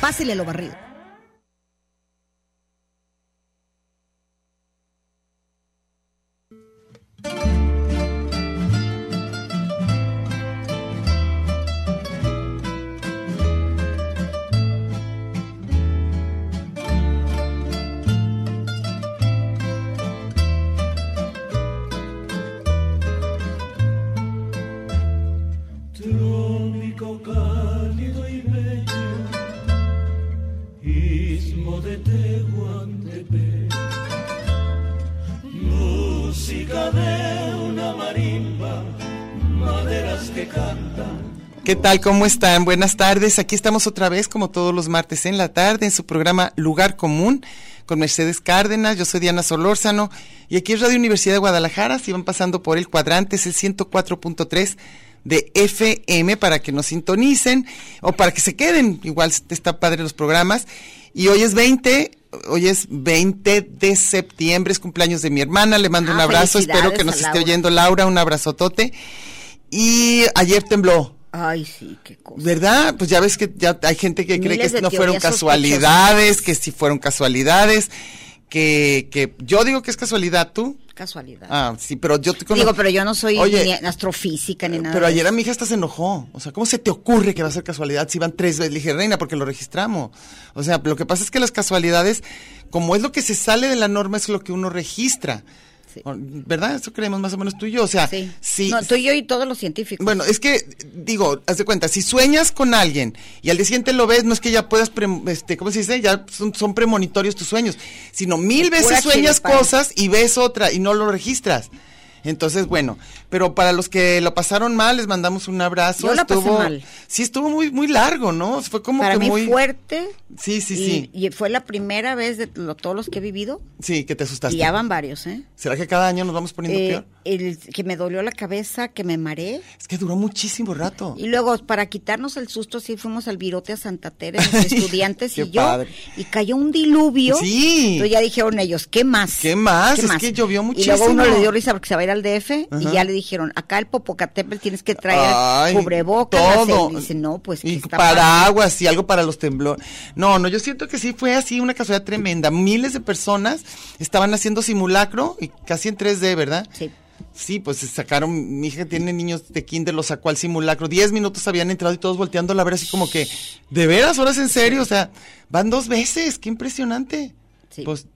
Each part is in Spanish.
Pásele lo barrido. Trópico cálido y bello, istmo de Tehuantepec, música de una marimba, maderas que cantan. ¿Qué tal? ¿Cómo están? Buenas tardes. Aquí estamos otra vez, como todos los martes en la tarde, en su programa Lugar Común con Mercedes Cárdenas. Yo soy Diana Solórzano y aquí es Radio Universidad de Guadalajara. Si van pasando por el cuadrante, es el 104.3 de FM para que nos sintonicen o para que se queden. Igual está padre los programas. Y hoy es 20, hoy es 20 de septiembre, es cumpleaños de mi hermana. Le mando Ah, un abrazo. felicidades Espero que a nos esté Laura. oyendo Laura. Un abrazotote. Y ayer tembló. Ay, sí, qué cosa. ¿Verdad? Pues ya ves que ya hay gente que cree Miles que de no fueron teorías casualidades, que sí fueron casualidades, que, que yo digo que es casualidad tú. Casualidad. Ah, sí, pero yo te cono- Digo, pero yo no soy Oye, ni astrofísica ni nada. Pero de ayer eso. a mi hija hasta se enojó. O sea, ¿cómo se te ocurre que va a ser casualidad si van tres veces? Le dije, reina, porque lo registramos. O sea, lo que pasa es que las casualidades, como es lo que se sale de la norma, es lo que uno registra. Sí. ¿Verdad? Eso creemos más o menos tú y yo. O sea, Sí. si- no, tú y yo y todos los científicos. Bueno, es que, digo, haz de cuenta, si sueñas con alguien y al día siguiente lo ves, no es que ya puedas, pre- este, ¿cómo se dice? Ya son, son premonitorios tus sueños, sino mil Pura veces sueñas chiripada. cosas y ves otra y no lo registras. Entonces, bueno, pero para los que lo pasaron mal, les mandamos un abrazo. Yo la pasé estuvo, mal. Sí, estuvo muy, muy largo, ¿no? Fue como Para que mí muy... fuerte. Sí, sí, y, sí. y fue la primera vez de lo- todos los que he vivido. Sí, que te asustaste. Y ya van varios, ¿eh? ¿Será que cada año nos vamos poniendo Eh, peor? el que me dolió la cabeza, que me mareé. Es que duró muchísimo rato. Y luego, para quitarnos el susto, sí fuimos al virote a Santa Teresa, mis estudiantes Qué y yo. padre. Y cayó un diluvio. Sí. Entonces ya dijeron ellos, ¿qué más? ¿Qué más? Es que llovió Y luego uno muchísimo. le dio risa porque se va a ir al DF y Ajá. ya le dijeron, acá el Popocatépetl tienes que traer Ay, cubrebocas. todo. Y dice, no, pues. ¿qué y está paraguas y algo para los temblores. No, no, yo siento que sí fue así una casualidad tremenda. Miles de personas estaban haciendo simulacro y casi en 3D, ¿verdad? pasando? Sí. Sí, pues se sacaron, mi hija tiene niños de kinder, los sacó al simulacro. Diez minutos habían entrado y todos volteando a ver así como que, ¿de veras? ¿Horas en serio? O sea, van dos veces, qué impresionante. Sí. Pues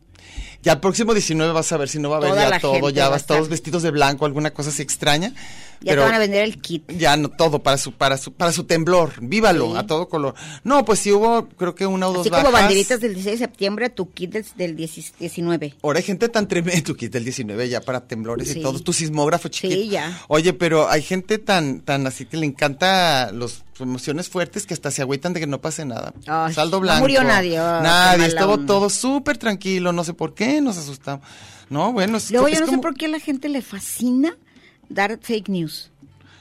ya el próximo 19 vas a ver si no va a haber Toda la ya todo, gente va ya a vas todos estar. vestidos de blanco, alguna cosa así extraña. Ya pero- te van a vender el kit. ya no todo para su para su para su temblor vívalo Sí. a todo color no pues sí hubo creo que una o dos Así bajas como banderitas del 16 de septiembre, tu kit del, del 10 19. ahora hay gente tan tremenda tú quita el 19 ya para temblores Sí. y todo tu sismógrafo chiquito ya. oye pero hay gente tan tan así que le encanta los emociones fuertes que hasta se agüitan de que no pase nada Ay, saldo no blanco murió nadie, ah, qué nadie mala estuvo onda. todo súper tranquilo no sé por qué nos asustamos no bueno es, Luego es yo no sé como- por qué a la gente le fascina dar fake news.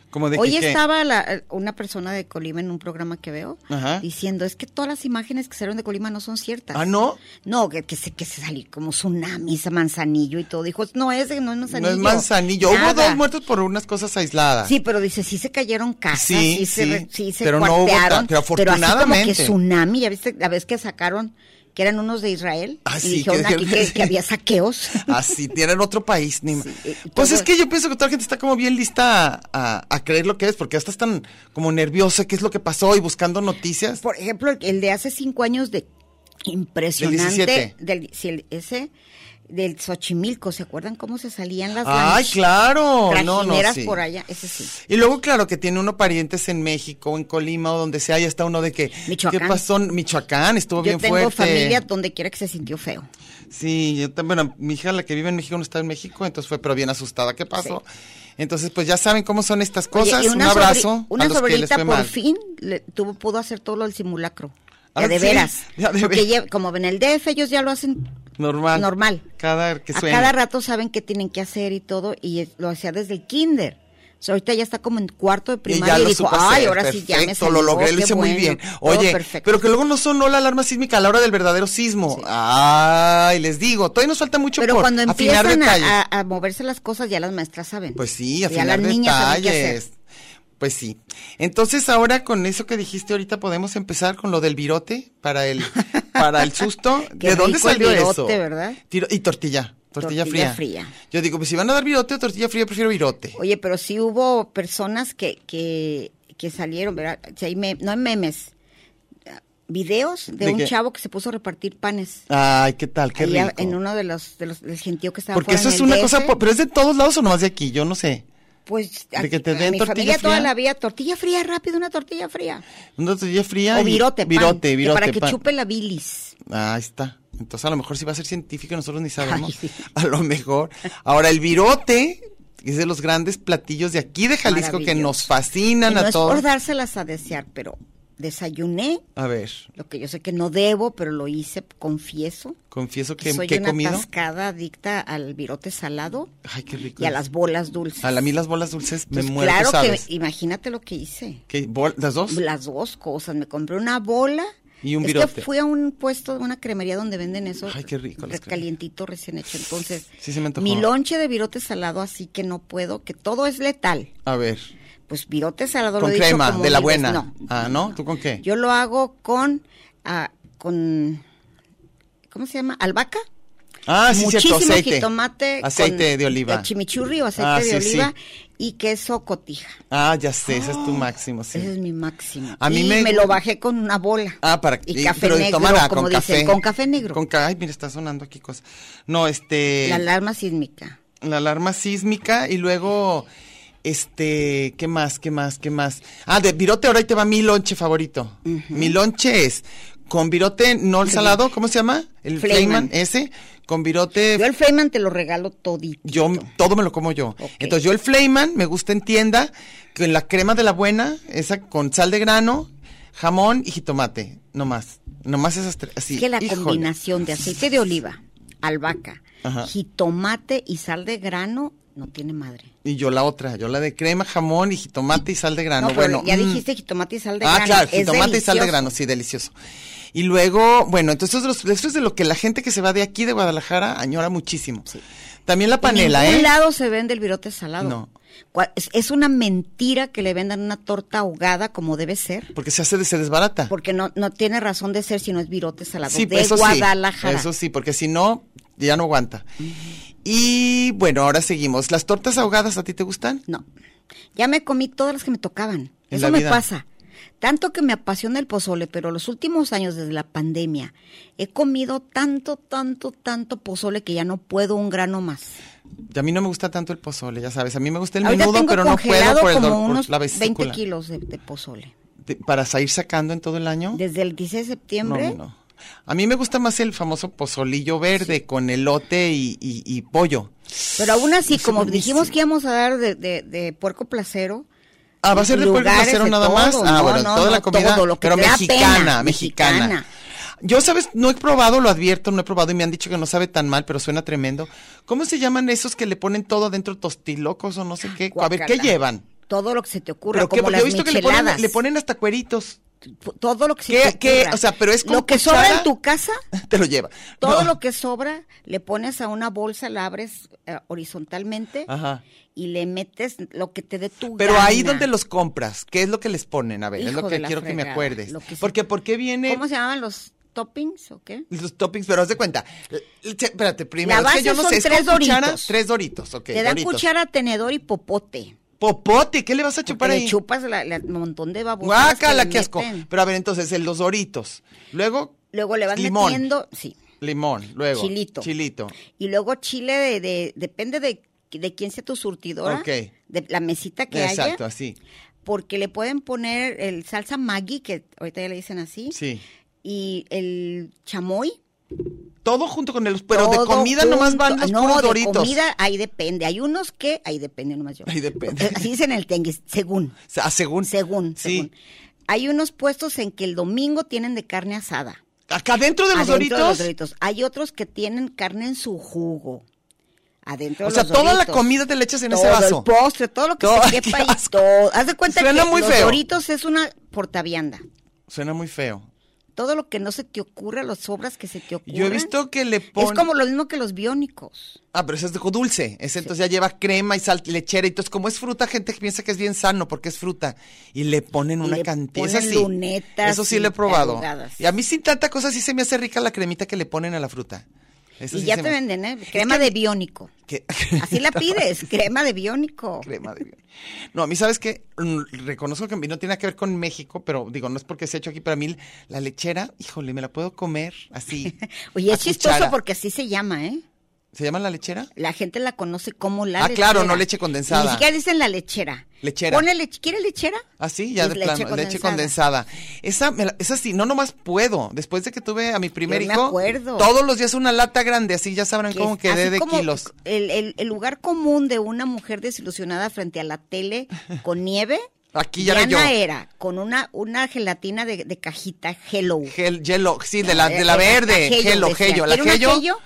como de Hoy que- que- estaba la- una persona de Colima en un programa que veo Ajá. diciendo, es que todas las imágenes que salieron de Colima no son ciertas. ah no No, que, que se, que se salió como tsunami, ese manzanillo y todo. Dijo, no, ese no es manzanillo. no es manzanillo Nada. hubo dos muertos por unas cosas aisladas Sí, pero dice, sí se cayeron casas, sí, Sí, se, sí, re- sí se pero no hubo cuartearon, tan- pero así como que afortunadamente. tsunami, ya viste, la vez que sacaron, que eran unos de Israel, Ah, y sí, dijeron que- aquí que, que había saqueos. Así, tienen otro país. Ni ma- Sí, eh, pues todo es que es- yo pienso que toda la gente está como bien lista a, a- a creer lo que es, porque hasta están como nerviosa, qué es lo que pasó y buscando noticias. Por ejemplo, el- el de hace cinco años de impresionante Del 17. del, si el- ese del Xochimilco, ¿se acuerdan cómo se salían las Ay, lanch- claro. No, no, trajineras sí. por allá? Ese sí. Y luego, claro, que tiene uno parientes en México, en Colima o donde sea, ya está uno de que. Michoacán. ¿Qué pasó? Michoacán, estuvo Yo bien tengo fuerte. familia donde quiera que se sintió feo. Sí, yo también, bueno, mi hija, la que vive en México, no está en México, entonces fue, pero bien asustada, ¿qué pasó? Entonces, pues ya saben cómo son estas Oye, cosas. y un sobri- abrazo. Una a los que les sobrinita fue por mal. fin le- tuvo, pudo hacer todo lo del simulacro. Ah, Ya de sí, veras. ya de Porque veras. ya- como en el DF ellos ya lo hacen Normal. normal. Cada que a suena. cada rato saben qué tienen que hacer y todo, y es- lo hacía desde el kinder. O sea, ahorita ya está como en cuarto de primaria y, lo dijo, supo ay, hacer, ahora sí ya me perfecto, salió, lo Oh, logré, lo qué hice muy bueno, bien. todo Oye, perfecto". pero que luego no sonó la alarma sísmica a la hora del verdadero sismo. Sí. Ay, les digo, todavía nos falta mucho Pero por cuando afinar empiezan a, detalles. a- a moverse las cosas, ya las maestras saben. Pues sí, Ya las afinar niñas saben qué hacer. detalles. Pues sí. Entonces ahora con eso que dijiste ahorita podemos empezar con lo del virote para el para el susto. Qué ¿De dónde rico el salió virote, eso? ¿verdad? Tiro- y tortilla, tortilla, Tortilla fría. fría. Yo digo, pues si van a dar virote o tortilla fría, prefiero virote. Oye, pero sí hubo personas que, que, que salieron, ¿verdad? Sí, hay mem- no hay memes, ah, videos de, ¿De un qué? chavo que se puso a repartir panes. Ay, ¿qué tal? Qué Ahí a- rico. En uno de los, de los del gentío que estaba Porque fuera eso en es el una DF. cosa, po- pero es de todos lados o nomás de aquí, yo no sé. Pues De aquí- que te a den mi tortilla familia toda fría. la vida, tortilla fría, rápido, una tortilla fría. Una tortilla fría o y virote, pan, virote, que virote, Para que pan. chupe la bilis. Ah, ahí está. Entonces a lo mejor sí va a ser científico y nosotros ni sabemos. Ay, sí. A lo mejor. Ahora el virote es de los grandes platillos de aquí de Jalisco que Maravilloso. nos Y fascinan no a es por todos. dárselas a desear, pero desayuné, A ver, lo que yo sé que no debo, pero lo hice, confieso. confieso que que, soy que he una comido. atascada adicta al virote salado Ay, qué rico. y a las bolas dulces. A la- a mí las bolas dulces me Pues muero, Claro tú sabes. que imagínate lo que hice. ¿Qué, bol- ¿Las dos? Las dos cosas, me compré una bola Y un es virote. que fui a un puesto, una cremería donde venden eso. Ay, qué rico, las re- Calientito, recién hecho. Entonces, Sí, se me antojó. mi lonche de virote salado, así que no puedo, que todo es letal. A ver, Pues virote salado con lo he dicho crema, como de la mil veces. buena. No. Ah, ¿no? ¿Tú con qué? Yo lo hago con, ah, con, ¿cómo se llama? Albahaca. ah, sí, cierto, Muchísimo aceite. jitomate. con Aceite de oliva. Chimichurri o aceite Ah, de sí, sí. oliva y queso cotija. Ah, ya sé, ese es tu máximo, sí. Ese es mi máximo. A mí y me- me... lo bajé con una bola. Ah, para Y café pero negro, tómala como dicen, con café negro. Con ca- ay, mira, está sonando aquí cosas. No, este La la, alarma sísmica. alarma sísmica y luego este, ¿qué más? ¿Qué más? ¿Qué más? Ah, de virote ahora ahí te va mi lonche favorito. Mi lonche es con virote no el salado, ¿cómo se llama? El Flayman. Flayman ese con virote Yo el Feynman te lo regalo todito. Eh, yo todo me lo como yo. Ok. Entonces yo el Flayman me gusta en tienda, con la crema de la buena, esa con sal de grano, jamón y jitomate, no más. No más esas tres. Así. Es que la híjole. combinación de aceite de oliva, albahaca, Ajá. jitomate y sal de grano no tiene madre. Y yo la otra, yo la de crema, jamón y jitomate y sal de grano. no, pero bueno, ya mm. dijiste jitomate y sal de Ah, grano. claro, Es jitomate y sal de delicioso. grano, sí, delicioso. Y luego, bueno, entonces los- eso es de lo que la gente que se va de aquí de Guadalajara añora muchísimo. También la panela, en ¿eh? ningún lado se vende el virote salado. No. Cua- Es, es una mentira que le vendan una torta ahogada como debe ser, Porque se hace, de- se desbarata. porque no, no tiene razón de ser si no es virote salado Sí, de eso Guadalajara. Sí, eso sí, porque si no, ya no aguanta. Y bueno, ahora seguimos. ¿Las tortas ahogadas a ti te gustan? No. Ya me comí todas las que me tocaban. En Eso la me vida. pasa. Tanto que me apasiona el pozole, pero los últimos años desde la pandemia he comido tanto, tanto, tanto pozole que ya no puedo un grano más. A mí no me gusta tanto el pozole, ya sabes. A mí me gusta el Ahorita menudo, tengo pero no congelado puedo por el como dolor, por unos la 20 vesícula. kilos de, de pozole. De- para salir sacando en todo el año. Desde el 16 de no, septiembre. no. A mí me gusta más el famoso pozolillo verde con elote y, y- y pollo. Pero aún así, Es como buenísimo. dijimos que íbamos a dar de, de, de puerco placero. Ah, va a ser de puerco lugares, casero de nada todo, más. Ah, no, bueno, no, toda no, la comida, todo lo que pero te da mexicana, pena, mexicana, mexicana. Yo, sabes, no he probado, lo advierto, no he probado y me han dicho que no sabe tan mal, pero suena tremendo. ¿Cómo se llaman esos que le ponen todo adentro tostilocos o no sé qué? A ver, ¿qué guácala. llevan? Todo lo que se te ocurra, ¿Pero qué? como Porque las he visto que le micheladas. ponen, le ponen hasta cueritos. todo lo que se ¿Qué- te qué? ocurra. O sea, pero es con Lo que cuchara. sobra en tu casa, Te lo lleva. todo No. lo que sobra, le pones a una bolsa, la abres eh, horizontalmente Ajá. y le metes lo que te dé tu Pero gana. ahí donde los compras, ¿qué es lo que les ponen? A ver, es Hijo lo de que la quiero que me fregada, acuerdes. lo que se- Porque, ¿por qué viene ¿Cómo se llaman los toppings o qué? los toppings? Pero haz de cuenta. l- l- Espérate, primero, es que base yo no son sé, ¿es con tres cuchara? Doritos. Tres doritos, ok. te dan Doritos. cuchara, tenedor y popote. Popote, ¿qué le vas a porque chupar le ahí? chupas la, la- montón de babosas Guácala, qué asco. meten. Pero a ver, entonces, el- los doritos. Luego, Luego le vas Limón. metiendo, sí, Limón, luego. Chilito. Chilito. y luego chile de, de- depende de, de quién sea tu surtidora, Ok. de la mesita que haya, Exacto, así. porque le pueden poner el salsa Maggi, que ahorita ya le dicen así, Sí. y el chamoy. Todo junto con el. Pero de todo comida nomás van junto. los no, puros de doritos. comida ahí depende. Hay unos que ahí depende nomás yo. Eh, Ahí depende. Así dicen en el tianguis, según, O sea, según. según, Sí. según. Hay unos puestos en que el domingo tienen de carne asada. Acá dentro de los adentro de doritos. Doritos. Hay otros que tienen carne en su jugo. Adentro O de sea, los toda la Doritos. comida te la echas en ese Todo, vaso. El postre, todo lo que Todo, se ay, quepa qué y asco. todo. Haz de cuenta Suena que muy los feo. Doritos es una portavianda. Suena muy feo. Todo lo que no se te ocurra, las sobras que se te ocurran. Yo he visto que le ponen. Es como lo mismo que los biónicos. Ah, pero ese es de dulce. Ese entonces ya lleva crema y sal lechera. Entonces, como es fruta, gente que piensa que es bien sano porque es fruta. Y le ponen Y una le cantidad. ponen Esa sí. lunetas Eso sí y lo he probado. arrugadas. Y a mí sin tanta cosa sí se me hace rica la cremita que le ponen a la fruta. Esa y sí ya se te me- venden, ¿eh? Crema de biónico. que- Así la pides, crema de biónico. crema de avión. No, a mí, ¿sabes qué? Mm, Reconozco que a mí no tiene nada que ver con México, pero digo, no es porque se ha hecho aquí, pero a mí la lechera, híjole, me la puedo comer así. Oye, a es chistoso cuchara. porque así se llama, ¿eh? ¿Se llama la lechera? La gente la conoce como la Ah, lechera. claro, no leche condensada. Ni siquiera dicen la lechera. Lechera. Pone lech- ¿Quiere lechera? Así, ¿Ah, ya Es de Pues leche plano, leche condensada. Esa, me la- esa sí, no nomás puedo. Después de que tuve a mi primer Yo me hijo, acuerdo. todos los días una lata grande, así ya sabrán que cómo es quedé así de como kilos. El, el- el lugar común de una mujer desilusionada frente a la tele con nieve. Aquí ya era Diana yo. era con una, una gelatina de, de cajita Hello. Gel, hielo, sí, de eh, la, de la verde, gelo, decía. gelo, la Era una gelo. Hello,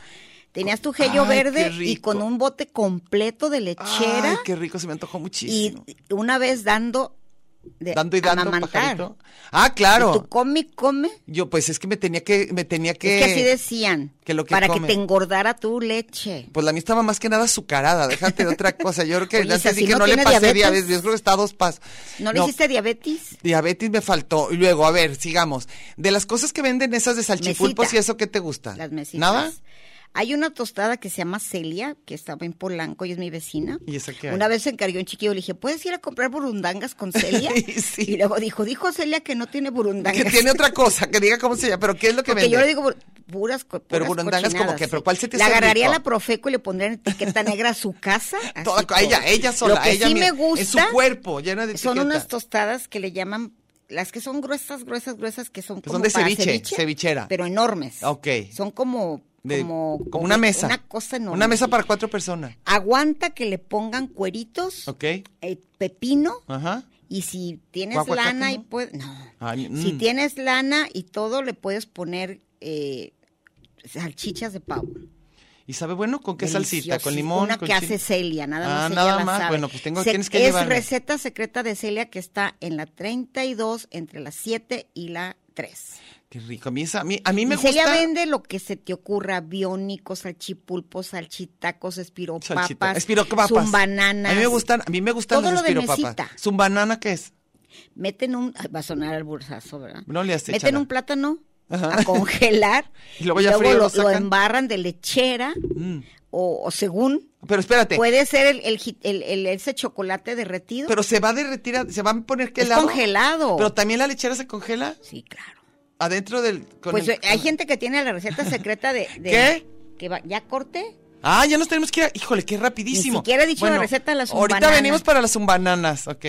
Tenías tu gello Ay, qué verde y rico. con un bote completo de lechera Ay, qué rico, se me antojó y muchísimo. una vez dando de dando y dando, amamantar. pajarito. Ah, Y tú claro. come, y come. Yo, pues es que me tenía que, me tenía que. Es que así decían. que lo que para come. que te engordara tu leche. Pues la mía estaba más que nada azucarada, déjate de otra cosa. Yo creo que Oye, antes si dije no no, le tiene pasé diabetes. diabetes. yo creo que está a dos pasos. ¿No le hiciste diabetes? Diabetes me faltó. Y luego, a ver, sigamos. De las cosas que venden esas de salchipulpos Mesita. y eso, ¿qué te gusta? Las mesitas. ¿Nada? Hay una tostada que se llama Celia, que estaba en Polanco y es mi vecina. ¿Y esa qué hay? Una vez se encargó un chiquillo, le dije, ¿puedes ir a comprar burundangas con Celia? Sí. Y luego dijo, dijo Celia que no tiene burundangas. Que tiene otra cosa, que diga cómo se llama, pero ¿qué es lo que Porque vende? yo le digo bur- puras, co- Pero puras burundangas como cochinadas, que, sí. pero ¿cuál se te Le hace agarraría rico? la profeco y le pondría en etiqueta negra a su casa. así Toda- todo. ella, ella sola, Lo que ella sí mira, me gusta. en su cuerpo, llena de Son etiqueta. unas tostadas que le llaman, las que son gruesas, gruesas, gruesas, que son Que como son de para ceviche, cevichera. Pero enormes. Ok. Son como, De- como, como, una mesa. Una cosa enorme. Una mesa para cuatro personas. Aguanta que le pongan cueritos, ¿Ok? eh, pepino, Ajá. y si tienes Guaguacate, lana y ¿no? puedes. No. Ay, Si mm. tienes lana y todo, le puedes poner eh, salchichas de pavo. ¿Y sabe bueno con qué salsita? Delicioso. ¿Con limón? Una con que chile? hace Celia, nada más. Ah, ella nada la más. sabe. Bueno, pues tengo- Se- tienes que Es llevarme. receta secreta de Celia que está en la 32, entre la 7 y la 3. Qué rico. A mí, esa- a mí, a mí Y me Celia gusta. vende lo que se te ocurra, biónicos, salchipulpos, salchitacos, espiropapas, Salchita. Espiropapas. zumbananas. A mí me gustan, a mí me gustan Todo los lo de espiropapas. mesita. ¿Zumbanana qué es? Meten un, ay, va a sonar al bursazo, ¿verdad? No le hace, Meten chala. un plátano Ajá. a congelar. Y luego ya frío lo lo, sacan. embarran de lechera Mm. o, o según. Pero espérate. Puede ser el, el, ji- el- el- ese chocolate derretido. Pero se va a derretir, a- se va a poner que Es helado. congelado. Pero también la lechera se congela sí, claro. adentro del. con Pues el- hay con- gente que tiene la receta secreta de... de- ¿Qué? Que va- ya corte. Ah, ya nos tenemos que ir. a- Híjole, qué Ni rapidísimo. siquiera he dicho la receta de las Ahorita zumbananas. venimos para las zumbananas, ok.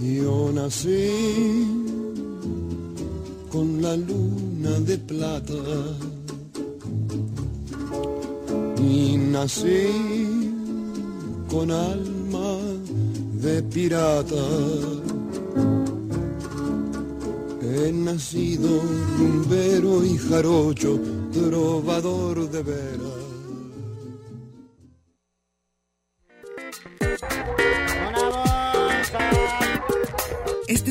Yo nací con la luna de plata y nací con alma de pirata. He nacido rumbero y jarocho, trovador de veras. Este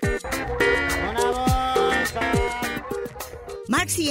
Una bolsa. Sexy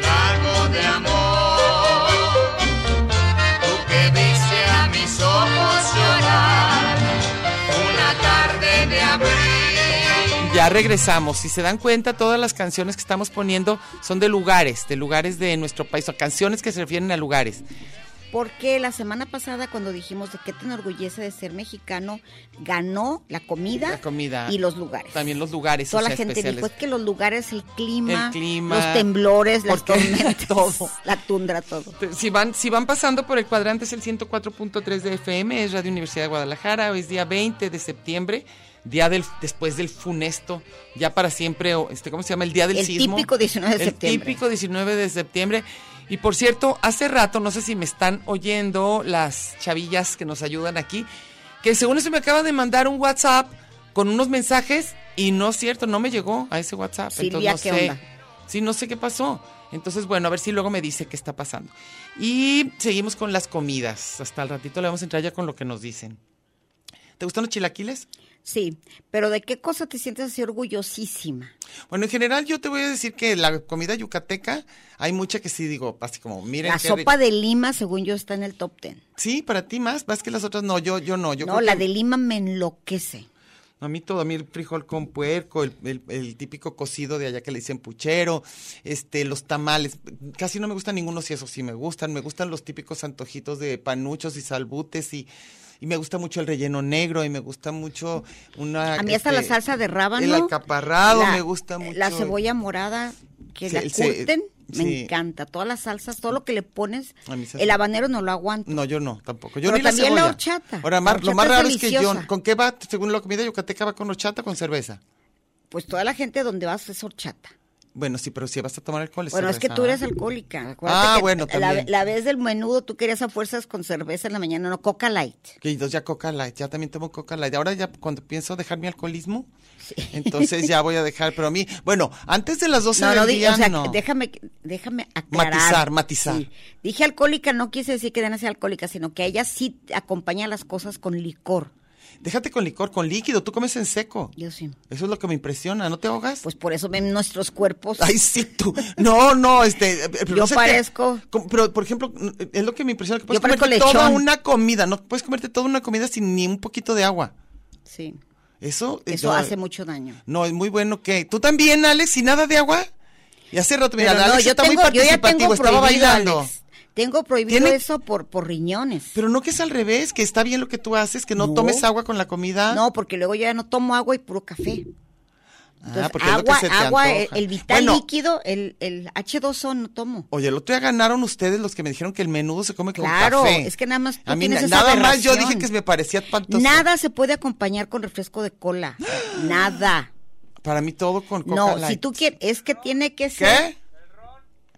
Lago de amor, tú que viste a mis ojos llorar, una tarde de abril. Ya regresamos. Si se dan cuenta, todas las canciones que estamos poniendo son de lugares, de lugares de nuestro país, o canciones que se refieren a lugares. Porque la semana pasada cuando dijimos de qué te enorgullece de ser mexicano, ganó la comida, La comida. y los lugares. También los lugares. Toda o la sea, gente especiales. dijo, es que los lugares, el clima, El clima, los temblores, las porque- tormentas, todo. la tundra, todo. Si van, si van pasando por el cuadrante es el 104.3 de FM, es Radio Universidad de Guadalajara, hoy es día 20 de septiembre, día del después del funesto, ya para siempre, o este, ¿cómo se llama? El día del El sismo. típico 19 de El septiembre. típico 19 de septiembre. Y por cierto, hace rato, no sé si me están oyendo las chavillas que nos ayudan aquí, que según eso me acaba de mandar un WhatsApp con unos mensajes y no es cierto, no me llegó a ese WhatsApp. Silvia, entonces no ¿qué sé. onda? Sí, no sé qué pasó. Entonces, bueno, a ver si luego me dice qué está pasando. Y seguimos con las comidas. Hasta el ratito le vamos a entrar ya con lo que nos dicen. ¿Te gustan los chilaquiles? Sí, pero ¿de qué cosa te sientes así orgullosísima? Bueno, en general yo te voy a decir que la comida yucateca hay mucha que sí digo, así como, miren La qué sopa de Lima, según yo, está en el top ten. Sí, para ti más, más que las otras no, yo yo no, yo no, creo la que- de Lima me enloquece. a mí todo, a mí el frijol con puerco, el, el- el típico cocido de allá que le dicen puchero, este los tamales, casi no me gustan ninguno si eso sí me gustan, me gustan los típicos antojitos de panuchos y salbutes y y me gusta mucho el relleno negro y me gusta mucho una A mí hasta la este, salsa de rábano. el alcaparrado la- eh, me gusta mucho La cebolla morada, que Sí, la el ce- curten, me sí. encanta. Todas las salsas, todo lo que le pones, A mí se- el habanero no lo aguanto. No, yo no, tampoco. Yo Pero ni la también la cebolla. horchata. Ahora, más- La lo más horchata es raro es que yo, deliciosa. ¿con qué va, según la comida yucateca, va con horchata o con cerveza? Pues toda la gente donde vas es horchata. Bueno, sí, pero si vas a tomar alcohol, es Bueno, es que cerveza, tú eres ¿verdad? alcohólica. Acuérdate Ah, que bueno, la, también. la vez del menudo tú querías a fuerzas con cerveza en la mañana, no, Coca Light. Que entonces ya coca light, ya también tomo coca light. Ahora ya cuando pienso dejar mi alcoholismo, entonces ya voy a dejar, pero a mí, bueno, antes de las 12 No, del no, di- día, o sea, no. déjame, déjame aclarar. Matizar, matizar. Sí. Dije alcohólica, no quise decir que Dana sea alcohólica, sino que a ella sí acompaña las cosas con licor. Déjate con licor, con líquido, tú comes en seco. Yo sí. Eso es lo que me impresiona, ¿no te ahogas? Pues por eso ven nuestros cuerpos. Ay, sí, tú. No, no, este. eh, pero Yo no sé qué- parezco- com- pero, por ejemplo, n- es lo que me impresiona, que puedes Yo parezco comerte toda lechón. una comida, no puedes comerte toda una comida sin ni un poquito de agua. Sí. Eso. eh, Eso yo- hace mucho daño. No, es muy bueno que. ¿Tú también, Alex, sin nada de agua? Y hace rato, mira, Pero no, Alex yo, está tengo, muy yo ya participativo, tengo estaba prohibido, bailando. Alex. Tengo prohibido Tiene- eso por, por riñones. Pero no que es al revés, que está bien lo que tú haces, que no, No. tomes agua con la comida. No, porque luego yo ya no tomo agua y puro café. Entonces, Ah, porque es lo que pues, agua, se te agua, el, antoja. el vital Bueno. líquido, el, el H2O no tomo. Oye, el otro día ganaron ustedes los que me dijeron que el menudo se come Claro, con café. es que nada más tú A mí tienes na- esa nada más yo aberración. dije que me parecía espantoso. Nada se puede acompañar con refresco de cola. Nada. Para mí todo con coca No, light. si tú quieres, es que tiene que ser. ¿Qué?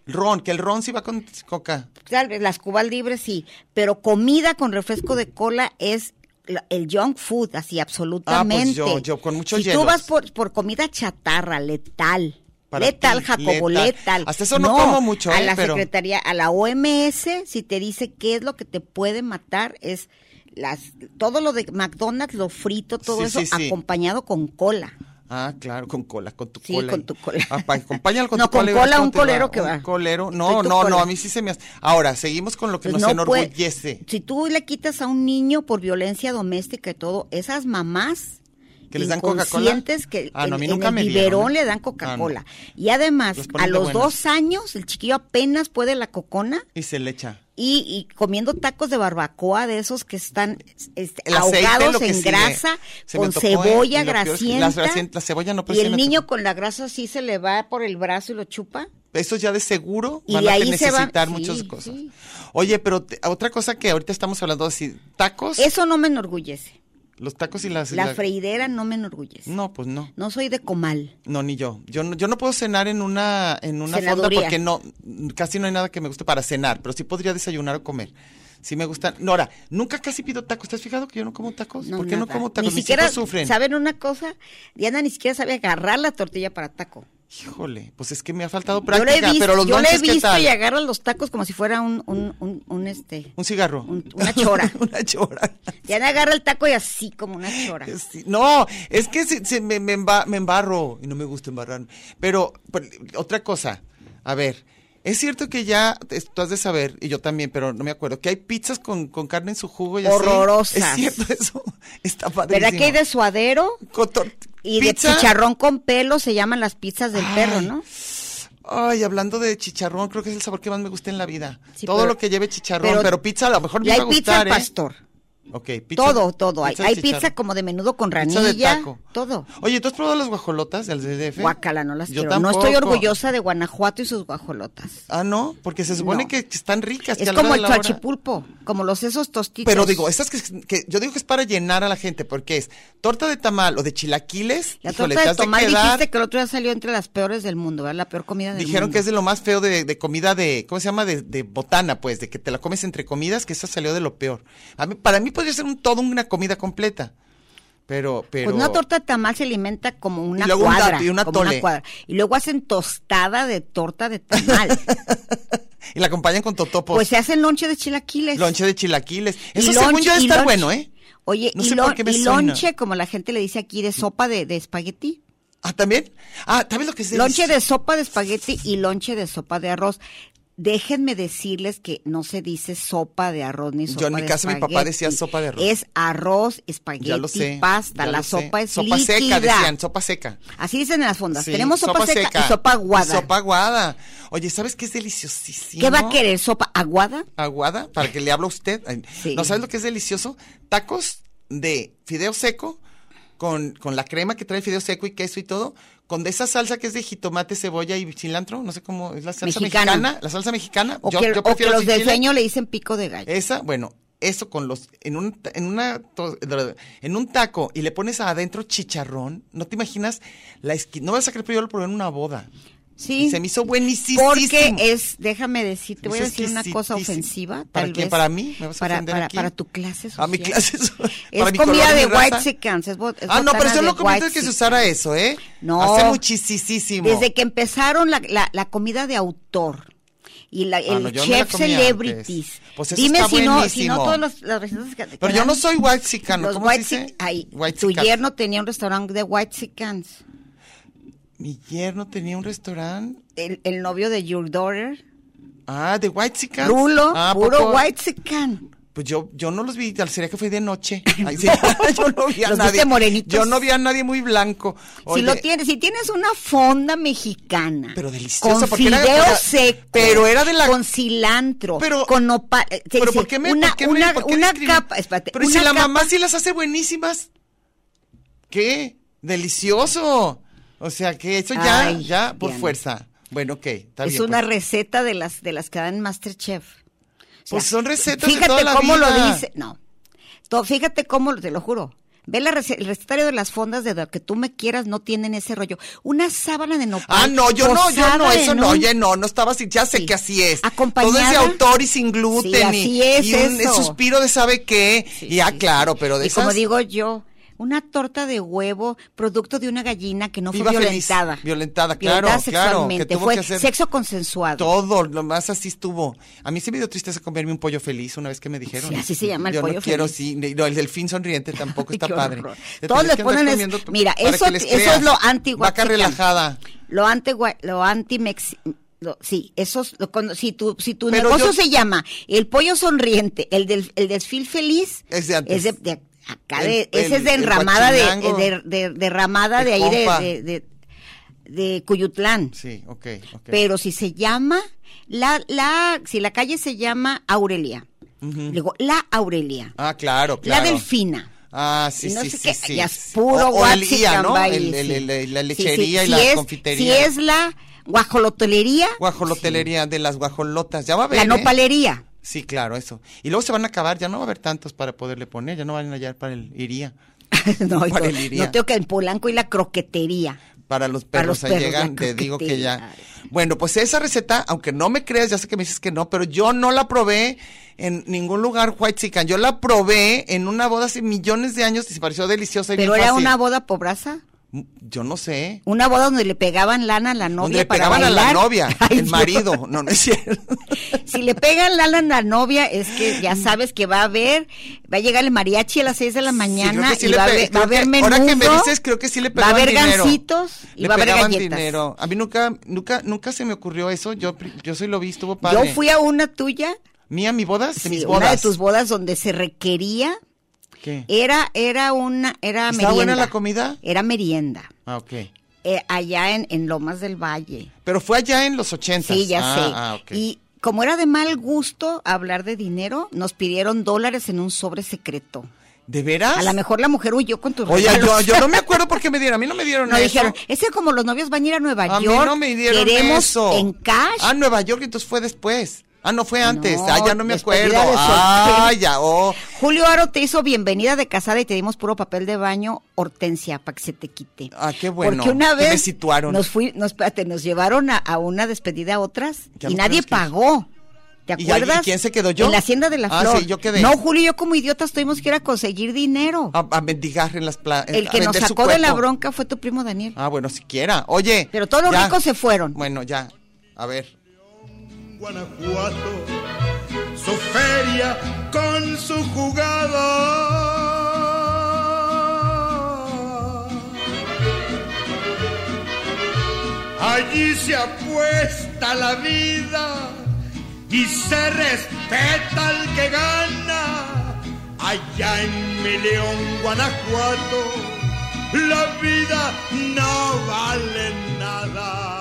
El ron, que el ron sí va con coca. Tal vez las cubas libres sí, pero comida con refresco de cola es la- el junk food, así absolutamente. yo- Ah, pues yo con muchos Si tú hielos. vas por, por comida chatarra, letal. Para letal, ti, Jacobo, letal. letal. Hasta eso no como mucho, A ¿eh? la Pero- Secretaría, a la OMS, si te dice qué es lo que te puede matar, es las todo lo de McDonald's, lo frito, todo Sí, eso, sí, sí. acompañado con cola. Ah, claro, con cola, con tu Sí, cola. con ahí. tu cola. Ah, pa- acompáñalo con No, tu con cola. y verás cola, cómo un te va. colero que va. Un colero. Estoy No, tu no, no, cola. a mí sí se me hace. Ahora, seguimos con lo que Pues nos no puede- enorgullece. si tú le quitas a un niño por violencia doméstica y todo, esas mamás ¿Que les dan Coca-Cola? inconscientes que Ah, no, a mí en- en nunca el me dieron, biberón ¿eh? le dan Coca-Cola. Y además, Los a ponen de los buenas. dos años, el chiquillo apenas puede la cocona Y se le echa. y, y comiendo tacos de barbacoa de esos que están este, El aceite, ahogados lo que en sigue. grasa, Se me con tocó, ¿eh? cebolla Y lo peor es que la grasienta. grasien- la cebolla no y parece el la niño cebolla. con la grasa así se le va por el brazo y lo chupa. Eso ya de seguro Y van de a ahí se va- necesitar sí, muchas cosas. sí. Oye, pero te- otra cosa que ahorita estamos hablando así, tacos, Eso no me enorgullece. los tacos y las La Pues la- freidera no me enorgullece. No, No, pues no. soy de comal. No, ni yo. Yo no, yo no puedo cenar en una, en una fonda Cenaduría. porque no, casi no hay nada que me guste para cenar, pero sí podría desayunar o comer. Sí me gustan. Nora, nunca casi pido tacos. ¿Te has fijado que yo no como tacos? No, Pues, ¿Por qué no nada. como tacos? Ni Mis siquiera, hijos sufren. ¿saben una cosa? Diana ni siquiera sabe agarrar la tortilla para taco. Híjole, pues es que me ha faltado Yo la práctica, he visto, pero los yo la he lonches, ¿qué visto tal? y agarra los tacos como si fuera un, un, un, un, este. Un cigarro. Un- una chora. una chora. Diana agarra el taco y así como una chora. Sí, No, es que se- se me, me emba- me embarro y no me gusta embarrarme. Pero, pero, otra cosa, a ver, es cierto que ya es- tú has de saber, y yo también, pero no me acuerdo, que hay pizzas con, con carne en su jugo y así. Horrorosas. Es cierto eso, está padrísimo. ¿Verdad que hay de suadero? Con tor- Y pizza. de chicharrón con pelo se llaman las pizzas del Ay, perro, ¿no? Ay, hablando de chicharrón, creo que es el sabor que más me gusta en la vida. Sí, Todo pero- lo que lleve chicharrón, pero, pizza a lo mejor Y me hay va a pizza gustar, al ¿eh? pastor. Ok, pizza- todo, todo. Hay, de hay pizza chicharrón. como de menudo con Pizza ranilla. de taco. Todo. Oye, ¿tú has probado las guajolotas del DF? Guacala, no las Yo quiero. No estoy tampoco. orgullosa de Guanajuato y sus guajolotas. Ah, no, porque se supone No. que están ricas. que es a la hora como de el la hora- chachipulpo, como los esos tostitos. Pero digo, estas que, que yo digo que es para llenar a la gente, porque es torta de tamal o de chilaquiles. La híjole, torta te de has de tomate quedar- dijiste que el otro día salió entre las peores del mundo, ¿verdad? La peor comida del Dijeron mundo. que es de lo más feo de, de comida de, ¿cómo se llama? De, de botana, pues, de que te la comes entre comidas, que esa salió de lo peor. A mí- para mí podría ser un todo una comida completa. Pero, pero. Pues una torta de tamal se alimenta como una luego un cuadra. dat- y una como una tole. cuadra. Y luego hacen tostada de torta de tamal. Pues Y la acompañan con totopos. pues se hacen lonche de chilaquiles. lonche de chilaquiles. Y Eso según lonche- yo y está lonche- bueno, ¿eh? Oye, No y, sé lon- por qué me y suena. lonche, como la gente le dice aquí, de sopa de, de espagueti. Ah, también. Ah, ¿sabes lo que es Lonche delicioso? de sopa de espagueti y lonche de sopa de arroz. Déjenme decirles que no se dice sopa de arroz ni Yo sopa de en mi casa mi papá espagueti. decía sopa de arroz. Es arroz, espagueti, Ya lo sé. pasta. ya La lo sopa sé. es Sopa líquida. seca, decían, sopa seca. Así dicen en las fondas. Sí, Tenemos sopa, seca, y sopa aguada. Y sopa aguada. Oye, ¿sabes qué es deliciosísimo? ¿Qué va a querer? ¿Sopa aguada? Aguada, para que le hable a usted. Ay, Sí. ¿No sabes lo que es delicioso? Tacos de fideo seco con, con la crema que trae el fideo seco y queso y todo, con de esa salsa que es de jitomate, cebolla y cilantro, no sé cómo es la salsa Mexicana. mexicana, la salsa mexicana. O que, o que los sin del chile. sueño le dicen pico de gallo. Esa, bueno, eso con los en un ta- en una to- en un taco y le pones adentro chicharrón, no te imaginas la esquina. No vas a creer, pero yo lo probé en una boda. sí. Y se me hizo buenísimo. Porque es, déjame decir, te voy a Es decir una cosa exquisitísimo. ofensiva, tal ¿Para vez. quién? ¿Para mí? ¿Me vas a para, ofender para, aquí? para tu clase A mi social. clase so- Es para mi comida color y de raza. white chickens. es bot- es ah, no, pero botana eso de lo comento white que se chickens. usara eso, ¿eh? No. Hace muchísimo. Desde que empezaron la, la, la comida de autor y la, el Ah, no, yo me la chef comía celebrities. antes. Pues eso Dime está si no, si buenísimo. no todas las, las recetas que Pero que yo no eran- soy white chicano, los ¿cómo se white dice? chick- ay, White tu chican. yerno tenía un restaurante de white chickens. Mi yerno tenía un restaurante. El, el novio de your daughter, Ah, de white chican. Rulo, ah, ¿a puro poco? white chican. Pues yo, yo no los vi, tal sería que fue de noche. Ay, sí, yo no vi a Los viste nadie. morenitos. Yo no vi a nadie muy blanco. Si lo Oye, tienes, si tienes una fonda mexicana, Pero deliciosa, con porque era- fideo era- seco, pero era de la- con cilantro, Pero- con nopal, eh, te Pero dice, ¿por qué me, una, por qué me- una, por qué una discriminan? capa, espérate, Pero ¿y si una la capa- mamá sí las hace buenísimas. ¿Qué? Delicioso. O sea que eso ya, Ay, ya por Diana. fuerza. Bueno, ok, está es bien. una pues. receta de las de las que dan MasterChef. O Pues son recetas de Fíjate toda la cómo lo vida. dice, no. To- fíjate cómo, te lo juro. Ve la rece- el recetario de las fondas de lo que tú me quieras, no tienen ese rollo. Una sábana de nopal. Ah, no, yo no, yo posada no, eso en no, un- oye, no, no estaba así, ya sé Sí. que así es. Acompañada. Todo es de autor y sin gluten Sí, así y- es y, un eso. suspiro de sabe qué. Sí, y ah, sí, claro, sí. pero de Y como esas- digo yo, una torta de huevo, producto de una gallina que no fue Viva feliz, violentada. violentada, claro, Violentada claro, que sexualmente, tuvo fue que hacer sexo consensuado. Todo, lo más así estuvo. A mí sí me dio tristeza comerme un pollo feliz una vez que me dijeron. Sí, así se llama el Yo pollo no quiero, feliz. sí, ni- no, el delfín sonriente tampoco Ay, está qué padre. horror. Te Todos tienes le que andar ponen es- comiendo tu- mira, para eso- que les eso es creas. lo anti- Vaca relajada. Lo anti lo anti sí, eso es lo- cuando- si tu si tu Pero negocio yo- se llama el pollo sonriente, el del el desfil feliz Es de antes. de- de- Acá El- de, ese el- es de el enramada de, guachinango. de- de- derramada El de ahí compa. de, de, de- de Cuyutlán. Sí, ok, ok. Pero si se llama, la, la, si la calle se llama Aurelia, digo, la Aurelia, ah, claro, claro. la Delfina. Ah, sí, y no sí, sé sí, qué, sí. ya es sí. puro O- o el IA, ¿no? guachicambay, El- el- sí. el- el- la Sí, sí, lechería y si la es- confitería. Si es la guajolotería, Guajolotelería de las guajolotas, ya va a haber. la ¿eh? nopalería. Sí, claro, eso. Y luego se van a acabar, ya no va a haber tantos para poderle poner, ya no van a hallar para el iría. no, Para no, el iría. no tengo que en Polanco y la croquetería. Para los Para perros los ahí perros, ya llegan, te creo que digo te- que ya. ay. Bueno, pues esa receta, aunque no me creas, ya sé que me dices que no, pero yo no la probé en ningún lugar white chican. Yo la probé en una boda hace millones de años y se pareció deliciosa y Pero bien era fácil. una boda pobraza, Yo no sé. una boda donde le pegaban lana a la novia. Donde le para pegaban a la bailar. novia, Ay, el Dios. marido. No, no es cierto. Si le pegan lana a la novia, es que ya sabes que va a haber, va a llegar el mariachi a las 6 de la mañana creo que Mm. sí y le va, a pe- haber, va creo a haber que- menudo. ahora que me dices, creo que sí le Va a pegaban haber dinero. gancitos y Le va a haber pegaban galletas. dinero. A mí nunca, nunca, nunca se me ocurrió eso. Yo, pri- yo soy lo vi, estuvo Yo padre. fui a una tuya, Mía, mi boda, de sí, mis bodas. una de tus bodas donde se requería, ¿Qué? era, era una, era ¿Está merienda. buena la comida? Era merienda, Ah, ok. eh, allá en, en Lomas del Valle. Pero fue allá en los ochentas. Sí, ya Ah, sé. Ah, ok. Y como era de mal gusto hablar de dinero, nos pidieron dólares en un sobre secreto. ¿De veras? A lo mejor la mujer huyó con tus Oye, yo, regalos. yo no me acuerdo por qué me dieron. A mí no me dieron No eso. dijeron, es que como los novios van a ir a Nueva A mí York, no me dieron queremos eso. en cash. Ah, Nueva York, entonces fue después. Ah, no fue antes. No, ah, ya no me despedida acuerdo. de Ah, soltero. ya, oh. Julio Aro te hizo bienvenida de casada y te dimos puro papel de baño, hortensia, para que se te quite. Ah, qué bueno, Porque una que vez me situaron. nos fui, nos, espérate, nos llevaron a, a una despedida a otras Ya y nos nadie tenemos que ir. pagó. ¿Te ¿Y alguien- acuerdas? quién se quedó, yo? En la hacienda de la Ah, flor. sí, yo quedé. No, Julio y yo como idiotas tuvimos que ir a conseguir dinero. A, a mendigar en las playas. El que nos sacó de la bronca fue tu primo Daniel. Ah, bueno, siquiera. Oye. Pero todos los ya. ricos se fueron. Bueno, ya. A ver. Guanajuato, su feria con su jugada. Allí se apuesta la vida y se respeta al que gana. Allá en mi León, Guanajuato, la vida no vale nada.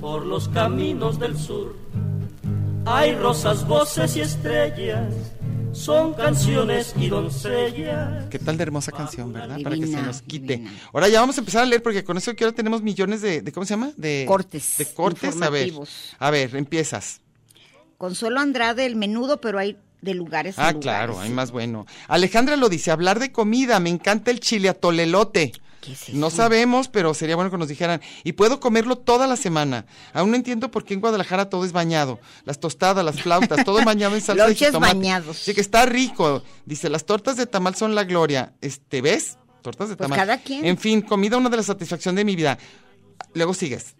por los caminos del sur. Hay rosas, voces y estrellas, son canciones y doncellas. ¿Qué tal de hermosa canción, verdad? Para que se Divina, nos quite. divina. Ahora ya vamos a empezar a leer porque con eso que ahora tenemos millones de, de ¿cómo se llama? De Cortes De cortes, a ver. informativos. A ver, empiezas. Consuelo Andrade, el menudo, pero hay de lugares a Ah, lugares. claro, hay más bueno. Alejandra lo dice, hablar de comida, me encanta el chile atolelote. ¿Qué es No eso? sabemos, pero sería bueno que nos dijeran. Y puedo comerlo toda la semana. Aún no entiendo por qué en Guadalajara todo es bañado. Las tostadas, las flautas, todo bañado en salsa de Lonches jitomate. bañados. Sí, que está rico. Dice, las tortas de tamal son la gloria. Este, ¿ves? Tortas de Pues tamal. cada quien. En fin, comida una de las satisfacciones de mi vida. Luego sigues.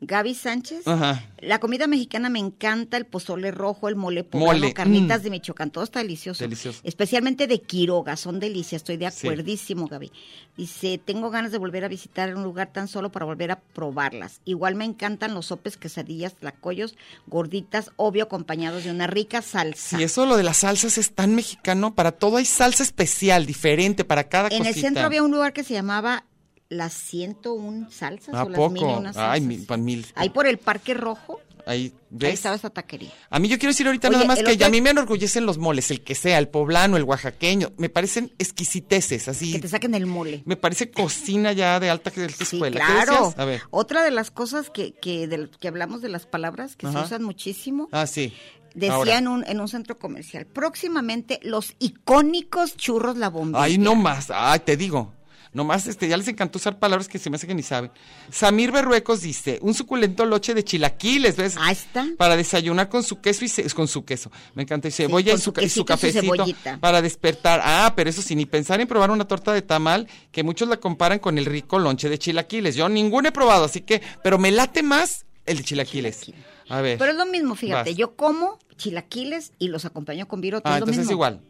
Gaby Sánchez. Ajá. La comida mexicana me encanta, el pozole rojo, el mole poblano, Mole, carnitas mm. de Michoacán, todo está delicioso. Delicioso. Especialmente de Quiroga, son delicias, estoy de Sí. acuerdísimo, Gaby. Dice, tengo ganas de volver a visitar un lugar tan solo para volver a probarlas. Igual me encantan los sopes, quesadillas, tlacoyos, gorditas, obvio acompañados de una rica salsa. Si eso lo de las salsas es tan mexicano, para todo hay salsa especial, diferente para cada en el cosita. centro había un lugar que se llamaba las 101 salsas ¿A o las poco? 1001 salsas. Ay, mi- pa- mil. Ahí por el Parque Rojo, Ahí, ahí ¿ves? estaba esta taquería. A mí yo quiero decir ahorita Oye, nada más el que otro- a mí me enorgullecen los moles, el que sea, el poblano, el oaxaqueño, me parecen exquisiteces, Que así. te saquen el mole. Me parece cocina ya de alta, de alta Sí, escuela. ¿Qué claro. decías? A ver. Otra de las cosas que, que, del- que hablamos de las palabras que Ajá. se usan muchísimo, Ah, sí. decía Ahora. en un, en un centro comercial, próximamente los icónicos churros La Bomba. Ay, no más. Ay, te digo. Nomás, este, ya les encantó usar palabras que se me hace que ni saben. Samir Berruecos dice, un suculento loche de chilaquiles, ¿ves? Ahí está. Para desayunar con su queso y ce- con su queso. Me encanta. Y cebolla con y su su, ca- y quesito y su su cafecito cebollita. para despertar. Ah, pero eso sí, ni pensar en probar una torta de tamal, que muchos la comparan con el rico lonche de chilaquiles. Yo ninguno he probado, así que, pero me late más el de chilaquiles. Chilaquiles. A ver. Pero es lo mismo, fíjate, Vas. yo como chilaquiles y los acompaño con virote. Ah, es lo entonces es mismo. igual.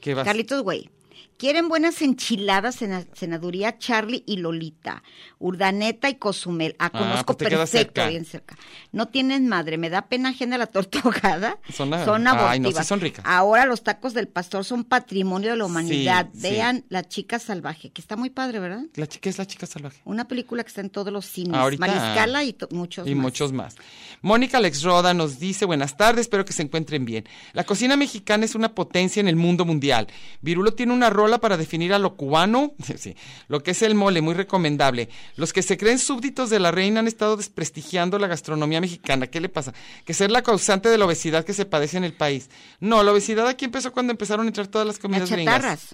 ¿Qué vas? Carlitos, güey. Quieren buenas enchiladas en Senaduría Charlie y Lolita, Urdaneta y Cozumel. Ah, Ah, conozco pues te queda perfecto, cerca. bien cerca. No tienen madre, me da pena ajena la torta ahogada. Son la- abortivas. ay, no, sí son ricas. Ahora los tacos del pastor son patrimonio de la humanidad. Sí, sí. Vean La chica salvaje, que está muy padre, ¿verdad? La chica es la chica salvaje. Una película que está en todos los cines. Ahorita- Mariscala y to- muchos y más. muchos más. Mónica Alex Roda nos dice, buenas tardes, espero que se encuentren bien. La cocina mexicana es una potencia en el mundo mundial. Virulo tiene una rola para definir a lo cubano, sí, lo que es el mole, muy recomendable. Los que se creen súbditos de la reina han estado desprestigiando la gastronomía mexicana. ¿Qué le pasa? Que ser la causante de la obesidad que se padece en el país. No, la obesidad aquí empezó cuando empezaron a entrar todas las Las comidas gringas. chatarras.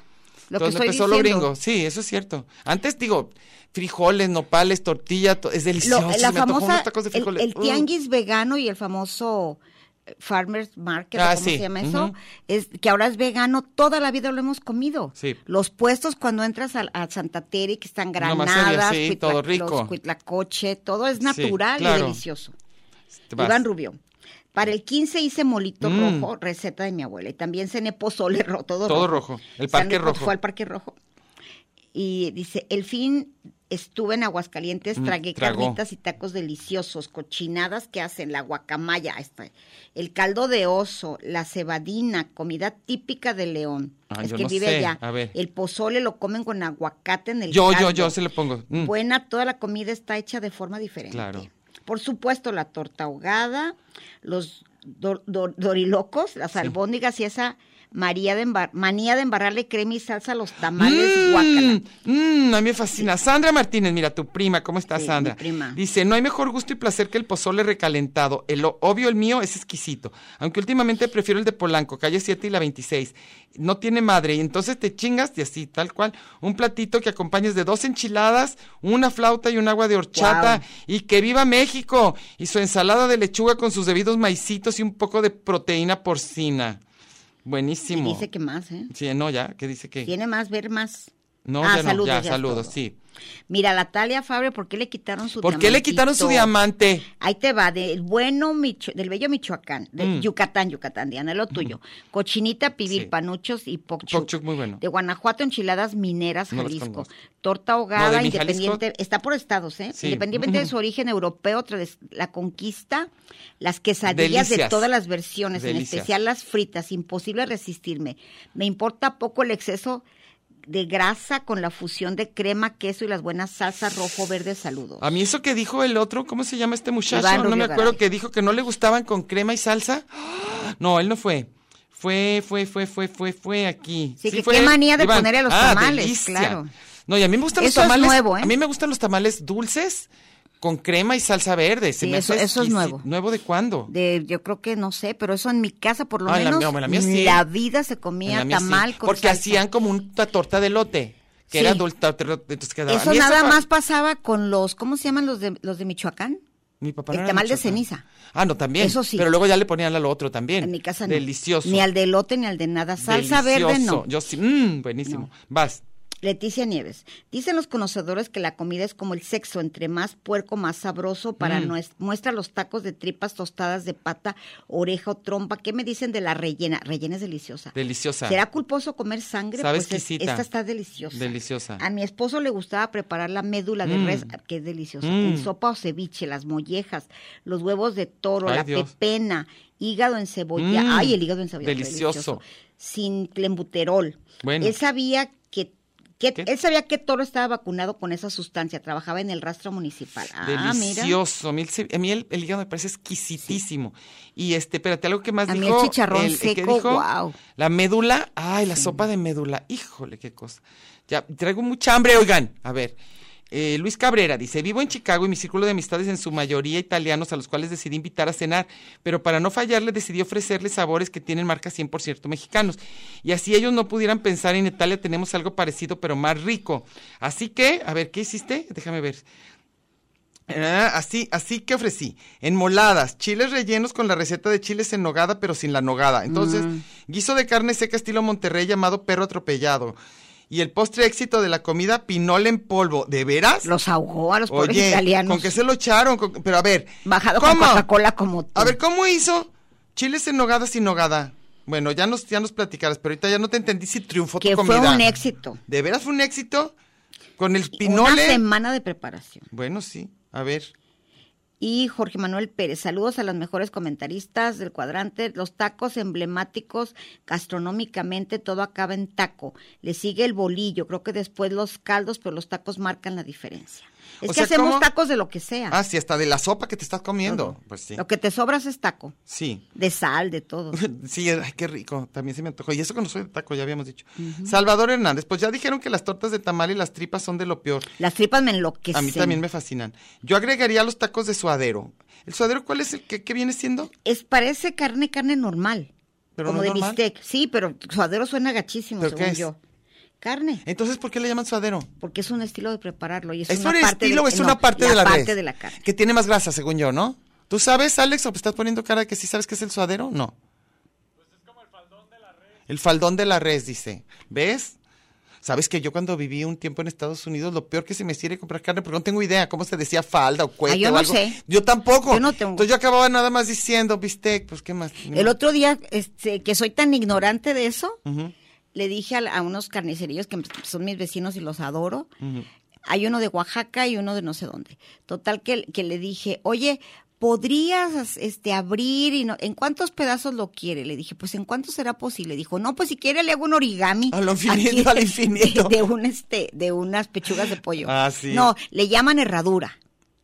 Lo que Entonces estoy empezó diciendo. lo gringo, sí, eso es cierto. Antes digo, frijoles, nopales, tortilla, to- es Lo- delicioso. la me antojó famosa, unos tacos de el, frijoles. el Uh. tianguis vegano y el famoso eh, farmer's market, Ah, ¿o ¿cómo sí, se llama eso? ujú. es, que ahora es vegano, toda la vida lo hemos comido. Sí. Los puestos cuando entras a, a Santa Tere, que están Una granadas, masería, sí, cuitla- todo rico. los cuitlacoche, todo es Sí, natural y claro. delicioso. Te vas. Iván Rubio. Para el 15 hice molito Mm. rojo, receta de mi abuela. Y también cené pozole rojo, todo, Todo rojo. El San Parque Luis Rojo. Fue al Parque Rojo. Y dice, el fin estuve en Aguascalientes, Mm, tragué tragó. carnitas y tacos deliciosos, cochinadas que hacen, la guacamaya, ahí está, el caldo de oso, la cebadina, comida típica de León. Ah, es yo que no vive sé, allá. a ver. El pozole lo comen con aguacate en el Yo, yo, caldo. yo se le pongo. Mm. Buena, toda la comida está hecha de forma diferente. Claro. Por supuesto, la torta ahogada, los dor- dor- dorilocos, las albóndigas y esa María de embar- manía de embarrarle crema y salsa a los tamales Mm, guácala. mm, a mí me fascina. Sandra Martínez, mira, tu prima, ¿cómo estás, Sí, mi Sandra? prima. Dice, no hay mejor gusto y placer que el pozole recalentado. El o- obvio, el mío es exquisito. Aunque últimamente prefiero el de Polanco, calle 7 y la 26. No tiene madre. Y entonces te chingas y así, tal cual. Un platito que acompañes de dos enchiladas, una flauta y un agua de horchata. Guau. Y que viva México. Y su ensalada de lechuga con sus debidos maicitos y un poco de proteína porcina. Y Buenísimo. dice que más, ¿eh? Sí, no, ya, que dice que... Tiene más, ver más. No, Ah, ya no, ya, es saludos, todo. sí. Mira, la Talia Fabre, ¿por qué le quitaron su ¿Por qué le quitaron su diamantito? diamante? Ahí te va, del bueno Micho- del bello Michoacán, de Mm. Yucatán, Yucatán, Diana, lo tuyo. Cochinita, pibil, Sí. panuchos y pokchuk. Pokchuk, muy bueno. De Guanajuato, enchiladas mineras, No las Jalisco. conozco. Torta ahogada, mi Jalisco- independiente, está por estados, ¿eh? Sí. Independientemente de su origen europeo, tras la conquista, las quesadillas de Delicias. todas las versiones, Delicias. en especial las fritas, imposible resistirme. Me importa poco el exceso de grasa con la fusión de crema, queso y las buenas salsas rojo, verde, saludos. A mí eso que dijo el otro, ¿cómo se llama este muchacho? Iván no Rubio me acuerdo, Garay. que dijo que no le gustaban con crema y salsa. No, él no fue. Fue, fue, fue, fue, fue, fue aquí. Sí, que fue qué él, manía de ponerle a los Ah, tamales, delicia. claro. No, y a mí me gustan Eso los es tamales. nuevo, ¿eh? A mí me gustan los tamales dulces con crema y salsa verde. Sí, Se me eso- hace eso es exquisi- nuevo. ¿Nuevo de cuándo? de yo creo que no sé, pero eso en mi casa por lo Ah, en la menos mía- en la mía sí. la vida se En comía la mía sí, tamal con Porque salsa. hacían como una torta de lote. Que Sí. era dulce. Entonces quedaba- a eso mí esa nada pa- más pasaba con los ¿cómo se llaman los de los de Michoacán? Mi papá El no era tamal de Michoacán. ceniza. Ah, no, también. Eso sí. Pero luego ya le ponían a lo otro también. En mi casa no. Delicioso. Ni al de elote ni al de nada. Salsa verde Delicioso. no. Yo sí. mm, buenísimo. No. Vas. Leticia Nieves. Dicen los conocedores que la comida es como el sexo, entre más puerco más sabroso para Mm. nues- muestra los tacos de tripas tostadas de pata, oreja o trompa. ¿Qué me dicen de la rellena? Rellena es deliciosa. Deliciosa. ¿Será culposo comer sangre? Sabe Pues es- exquisita. esta está deliciosa. Deliciosa. A mi esposo le gustaba preparar la médula de Mm. res, que es deliciosa, Mm. en sopa o ceviche, las mollejas, los huevos de toro, Ay, la Dios. pepena, hígado en cebolla. Mm. Ay, el hígado en cebolla. Delicioso. Sin clembuterol. Bueno. Él sabía que Que ¿Qué? él sabía que Toro estaba vacunado con esa sustancia, trabajaba en el rastro municipal. Ah, mira. Delicioso. A mí, el, ce- a mí el, el hígado me parece exquisitísimo. Y este, espérate, algo que más A mí dijo, el chicharrón ¿qué seco, dijo? guau. La médula, ay, la sopa de médula, híjole, qué cosa. Ya, traigo mucha hambre, oigan, a ver. eh, Luis Cabrera dice, vivo en Chicago y mi círculo de amistades en su mayoría italianos a los cuales decidí invitar a cenar, pero para no fallarle decidí ofrecerles sabores que tienen marcas 100% mexicanos. Y así ellos no pudieran pensar en Italia tenemos algo parecido pero más rico. Así que, a ver, ¿qué hiciste? Déjame ver. Ah, así, así que ofrecí. Enmoladas, chiles rellenos con la receta de chiles en nogada, pero sin la nogada. Entonces, Mm. guiso de carne seca estilo Monterrey llamado perro atropellado. Y el postre éxito de la comida, pinol en polvo. ¿De veras? Los ahogó a los pobres Oye, italianos. ¿con que se lo echaron? Con- Pero a ver. Bajado con Coca-Cola como tú. A ver, ¿cómo hizo? Chiles en nogada sin nogada. Bueno, ya nos, ya nos platicarás, pero ahorita ya no te entendí si triunfó tu que comida. fue un éxito. ¿De veras fue un éxito? Con el Una pinole. semana de preparación. Bueno, sí. A ver. Y Jorge Manuel Pérez, saludos a las mejores comentaristas del cuadrante. Los tacos emblemáticos, gastronómicamente todo acaba en taco. Le sigue el bolillo, creo que después los caldos, pero los tacos marcan la diferencia. Es O que sea, hacemos ¿cómo? tacos de lo que sea. Ah, sí, hasta de la sopa que te estás comiendo. Todo. Pues sí. Lo que te sobras es taco. Sí. De sal, de todo. Sí, ay, qué rico. También se me antojó. Y eso que no soy de taco, ya habíamos dicho. Salvador Hernández, pues ya dijeron que las tortas de tamal y las tripas son de lo peor. Las tripas me enloquecen. A mí también me fascinan. Yo agregaría los tacos de suadero. ¿El suadero cuál es el que, qué viene siendo? Es, parece carne, carne normal. Pero como no de normal. bistec. Sí, pero suadero suena gachísimo, ¿Pero qué según es? yo. Carne. Entonces, ¿por qué le llaman suadero? Porque es un estilo de prepararlo. Y es, ¿Es una un parte estilo de- o es no, una parte de la parte res? de la carne. Que tiene más grasa, según yo, ¿no? ¿Tú sabes, Alex, o estás poniendo cara de que sí sabes qué es el suadero? No. Pues es como el faldón de la res. El faldón de la res, dice. ¿Ves? Sabes que yo cuando viví un tiempo en Estados Unidos, lo peor que se me hacía era comprar carne, porque no tengo idea cómo se decía falda o cuete Ah, yo o no algo. sé. Yo tampoco. Yo no tengo. Entonces yo acababa nada más diciendo bistec, pues qué más. Ni El modo. otro día, este, que soy tan ignorante de eso, Ujú. le dije a, a unos carnicerillos que son mis vecinos y los adoro. Hay uno de Oaxaca y uno de no sé dónde. Total que, que le dije, oye, ¿podrías este, abrir? y no, ¿En cuántos pedazos lo quiere? Le dije, pues ¿en cuánto será posible? Dijo, no, pues si quiere le hago un origami. A lo infinito, al infinito. De, de un, este, de unas pechugas de pollo. Ah, sí. No, le llaman herradura.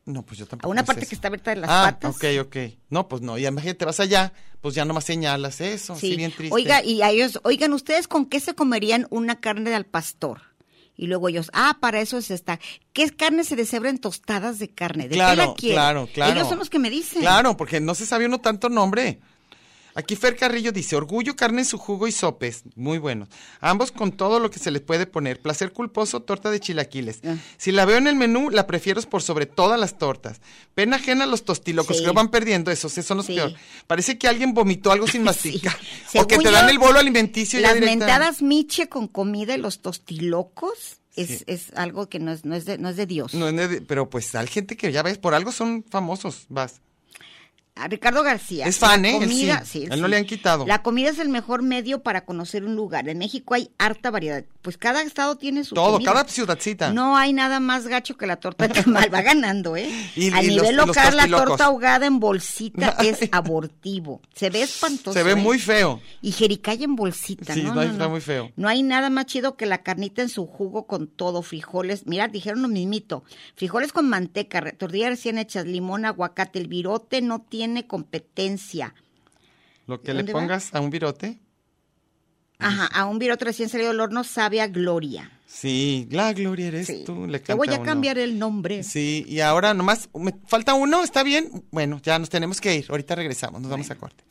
No, pues yo tampoco. A una sé parte eso. que está abierta de las ah, patas. Ok, ok. No, pues no. Y imagínate, vas allá, pues ya nomás señalas eso. Sí, bien triste. Oiga, y a ellos, oigan, ¿ustedes con qué se comerían una carne de al pastor? Y luego ellos, ah, para eso es esta. ¿Qué carne se deshebran tostadas de carne? ¿De qué la quieren? claro, claro. Ellos son los que me dicen. Claro, porque no se sabe uno tanto nombre. Aquí Fer Carrillo dice, orgullo, carne en su jugo y sopes. Muy buenos. Ambos con todo lo que se les puede poner. Placer culposo, torta de chilaquiles. Ah. Si la veo en el menú, la prefiero por sobre todas las tortas. Pena ajena los tostilocos, Sí. que lo van perdiendo esos, esos son los Sí. peor. Parece que alguien vomitó algo sin masticar. Sí. O que te Según dan yo, el bolo alimenticio ya Las directa. mentadas miche con comida y los tostilocos es, Sí. es algo que no es, no es, de, no es de Dios. No, no, de- pero pues hay gente que ya ves, por algo son famosos, vas. A Ricardo García. Es fan, la ¿eh? Él comida- sí. A él no le han quitado. La comida es el mejor medio para conocer un lugar. En México hay harta variedad. Pues cada estado tiene su Todo, comida. cada ciudadcita. No hay nada más gacho que la torta de tamal. Va ganando, ¿eh? Y- A y los- nivel y los local, la tostilocos. torta ahogada en bolsita es abortivo. Se ve espantoso. Se ve ¿eh? muy feo. Y jericaya en bolsita, Sí, ¿no? no, está muy feo. No hay nada más chido que la carnita en su jugo con todo, frijoles. Mira, dijeron lo mismito. Frijoles con manteca, re- tortillas recién hechas, limón, aguacate. El virote no tiene competencia. Lo que le ¿Dónde va? pongas a un virote. Ajá, a un virote recién salido del horno sabe a gloria. Sí, la gloria eres Sí. tú. Le Te voy canta a uno. cambiar el nombre. Sí, y ahora nomás, me falta uno, ¿está bien? Bueno, ya nos tenemos que ir. Ahorita regresamos, nos vamos a corte.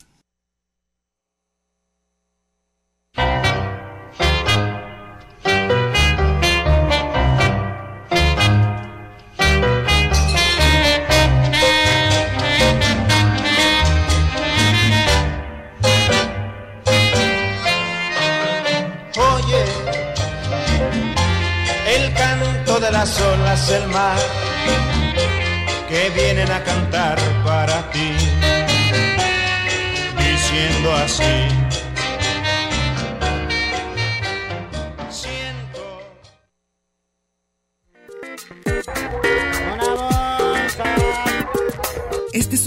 Oye, el canto de las olas del mar que vienen a cantar para ti, diciendo así. Siento Este Este es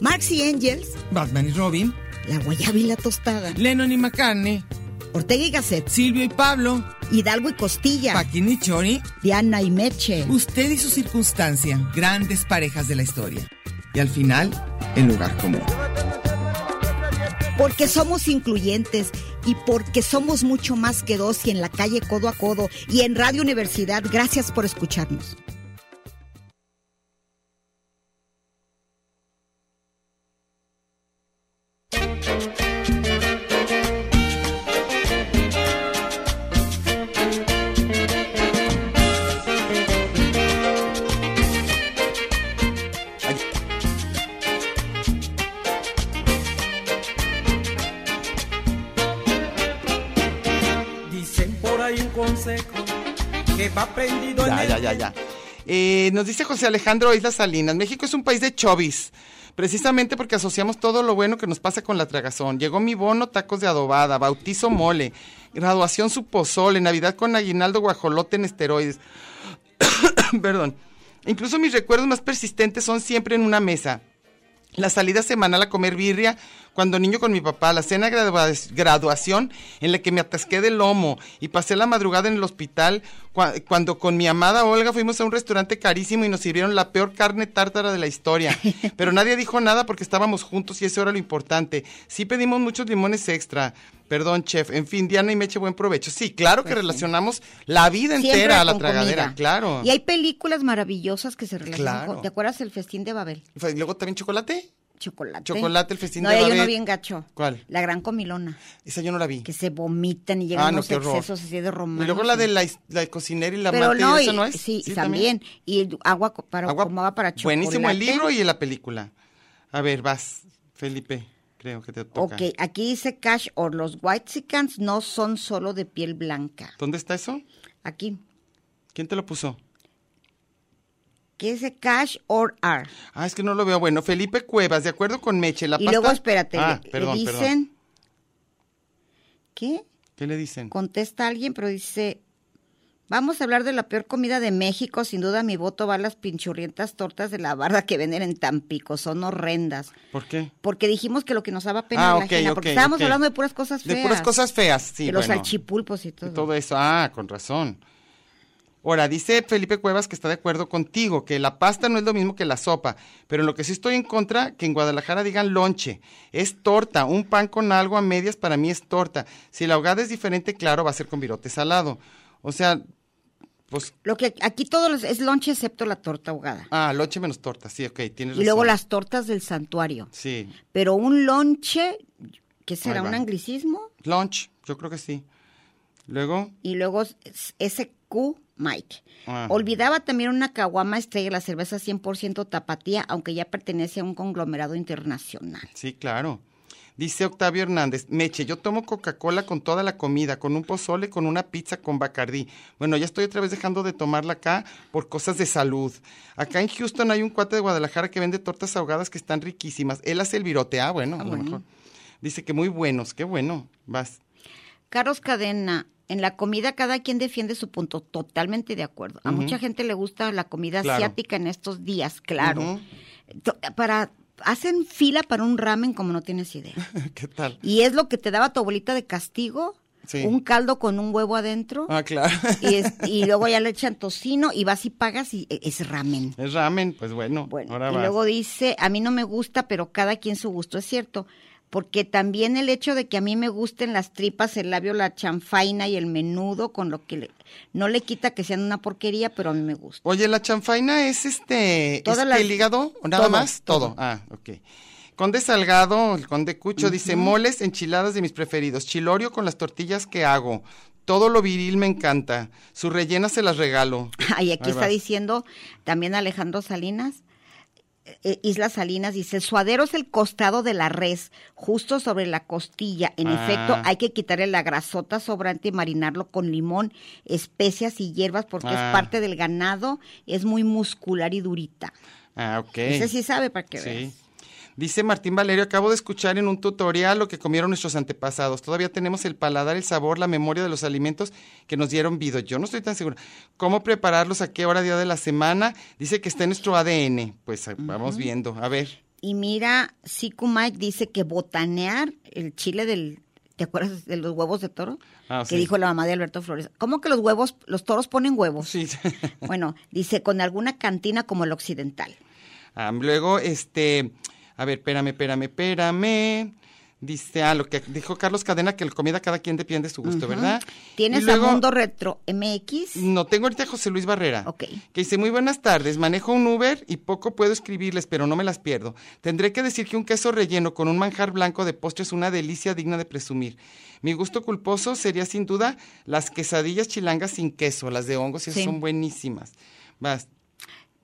Marx y Engels, Batman y Robin, la guayaba y la tostada. Lennon y McCartney, Ortega y Gasset, Silvio y Pablo, Hidalgo y Costilla, Paquín y Chori, Diana y Meche. usted y su circunstancia, grandes parejas de la historia, y al final, el lugar común. Porque somos incluyentes y porque somos mucho más que dos y en la calle codo a codo y en Radio Universidad. Gracias por escucharnos. Dicen por ahí un consejo que va prendido Ya, en ya, el ya, ya. Eh, nos dice José Alejandro Islas Salinas, México es un país de chovis, precisamente porque asociamos todo lo bueno que nos pasa con la tragazón. Llegó mi bono, tacos de adobada, bautizo mole, graduación su pozole, Navidad con aguinaldo guajolote en esteroides. Perdón. Incluso mis recuerdos más persistentes son siempre en una mesa. La salida semanal a comer birria cuando niño con mi papá, la cena gradua- graduación en la que me atasqué de lomo y pasé la madrugada en el hospital cua- cuando con mi amada Olga fuimos a un restaurante carísimo y nos sirvieron la peor carne tártara de la historia. Pero nadie dijo nada porque estábamos juntos y eso era lo importante. Sí pedimos muchos limones extra. Perdón, chef. En fin, Diana y Meche, buen provecho. Sí, claro que relacionamos la vida Pues Siempre entera a la con tragadera, comida. claro. Y hay películas maravillosas que se relacionan Claro. con- ¿Te acuerdas el festín de Babel? Fue- Luego también chocolate. Chocolate. Chocolate, el festín no, de hay Babel. uno bien gacho. ¿Cuál? La gran comilona. Esa yo no la vi. Que se vomitan y llegan Ah, no, unos qué horror. excesos así de romanos. Y luego la de la, is- la cocinera y la Pero amante, no, ¿y eso y- no es? Sí, también. Y el agua co- para, Agua- como agua para chocolate. Buenísimo el libro y la película. A ver, vas, Felipe, creo que te toca. Ok, aquí dice Cash or los Whitexicans no son solo de piel blanca. ¿Dónde está eso? Aquí. ¿Quién te lo puso? ¿Qué dice Cash or are? Ah, es que no lo veo. Bueno, Felipe Cuevas, de acuerdo con Meche, la y pasta- luego, espérate, Ah, le- le perdón, dicen... perdón. ¿Qué? ¿Qué le dicen? Contesta alguien, pero dice... Vamos a hablar de la peor comida de México. Sin duda, mi voto va a las pinchurrientas tortas de la barda que venden en Tampico. Son horrendas. ¿Por qué? Porque dijimos que lo que nos daba pena Ah, era la ok, ajena, Porque ok, estábamos ok. hablando de puras cosas feas. De puras cosas feas, sí, de los bueno. salchipulpos y todo. Y todo eso. Ah, con razón. Ahora, dice Felipe Cuevas que está de acuerdo contigo, que la pasta no es lo mismo que la sopa, pero en lo que sí estoy en contra, que en Guadalajara digan lonche, es torta, un pan con algo a medias para mí es torta. Si la ahogada es diferente, claro, va a ser con virote salado. O sea, pues, Lo que aquí todo los- es lonche excepto la torta ahogada. ah, lonche menos torta, sí, ok, tienes razón. y luego las tortas del santuario. Sí, Pero un lonche, ¿qué será? Ahí va. ¿Un anglicismo? lunch, yo creo que sí. Luego, Y luego s- SQ Mike. Ajá. Olvidaba también una caguama estrella, la cerveza 100% tapatía, aunque ya pertenece a un conglomerado internacional. Sí, claro. Dice Octavio Hernández, Meche, yo tomo Coca-Cola con toda la comida, con un pozole, con una pizza, con Bacardí. Bueno, ya estoy otra vez dejando de tomarla acá por cosas de salud. Acá en Houston hay un cuate de Guadalajara que vende tortas ahogadas que están riquísimas. Él hace el virote, ah, bueno, a lo bueno. mejor. Dice que muy buenos, qué bueno. Vas. Carlos Cadena, en la comida cada quien defiende su punto, totalmente de acuerdo. A mucha gente le gusta la comida Claro. asiática en estos días, claro. Ujú. To- Para hacen fila para un ramen como no tienes idea. ¿Qué tal? Y es lo que te daba tu abuelita de castigo, Sí. un caldo con un huevo adentro. Ah, claro. Y, es- y luego ya le echan tocino y vas y pagas y e- es ramen. Es ramen, pues bueno. Bueno, ahora y vas. luego dice, a mí no me gusta, pero cada quien su gusto, es cierto. Porque también el hecho de que a mí me gusten las tripas, el labio, la chanfaina y el menudo, con lo que le- no le quita que sean una porquería, pero a mí me gusta. Oye, la chanfaina es este, Todas este las- el hígado, ¿O nada todo, más, todo. todo. Ah, ok. Conde Salgado, el Conde Cucho, dice moles, enchiladas de mis preferidos, chilorio con las tortillas que hago. Todo lo viril me encanta. Su rellena se las regalo. Y aquí Ahí está vas. diciendo también Alejandro Salinas, eh, Islas Salinas dice, el suadero es el costado de la res, justo sobre la costilla. Ah. En efecto, hay que quitarle la grasota sobrante y marinarlo con limón, especias y hierbas porque Ah. es parte del ganado, es muy muscular y durita. Ah, ok. Ese sí sabe para que veas. Sí. Dice Martín Valerio, acabo de escuchar en un tutorial lo que comieron nuestros antepasados. Todavía tenemos el paladar, el sabor, la memoria de los alimentos que nos dieron vida. Yo no estoy tan segura. ¿Cómo prepararlos? ¿A qué hora día de la semana? Dice que está en nuestro ADN. Pues ah, vamos viendo. A ver. Y mira, Siku Mike dice que botanear el chile del... ¿Te acuerdas de los huevos de toro? Ah, que sí. dijo la mamá de Alberto Flores. ¿Cómo que los huevos, los toros ponen huevos? Sí. Bueno, dice, con alguna cantina como el occidental. Ah, luego, este, a ver, espérame, espérame, espérame. Dice, ah, lo que dijo Carlos Cadena, que la comida cada quien depende de su gusto, ¿verdad? Tienes Y luego- a Mundo Retro MX. No, tengo ahorita a José Luis Barrera. Ok. Que dice, muy buenas tardes, manejo un Uber y poco puedo escribirles, pero no me las pierdo. Tendré que decir que un queso relleno con un manjar blanco de postre es una delicia digna de presumir. Mi gusto culposo sería sin duda las quesadillas chilangas sin queso, las de hongos, y esas Sí. son buenísimas. Vas.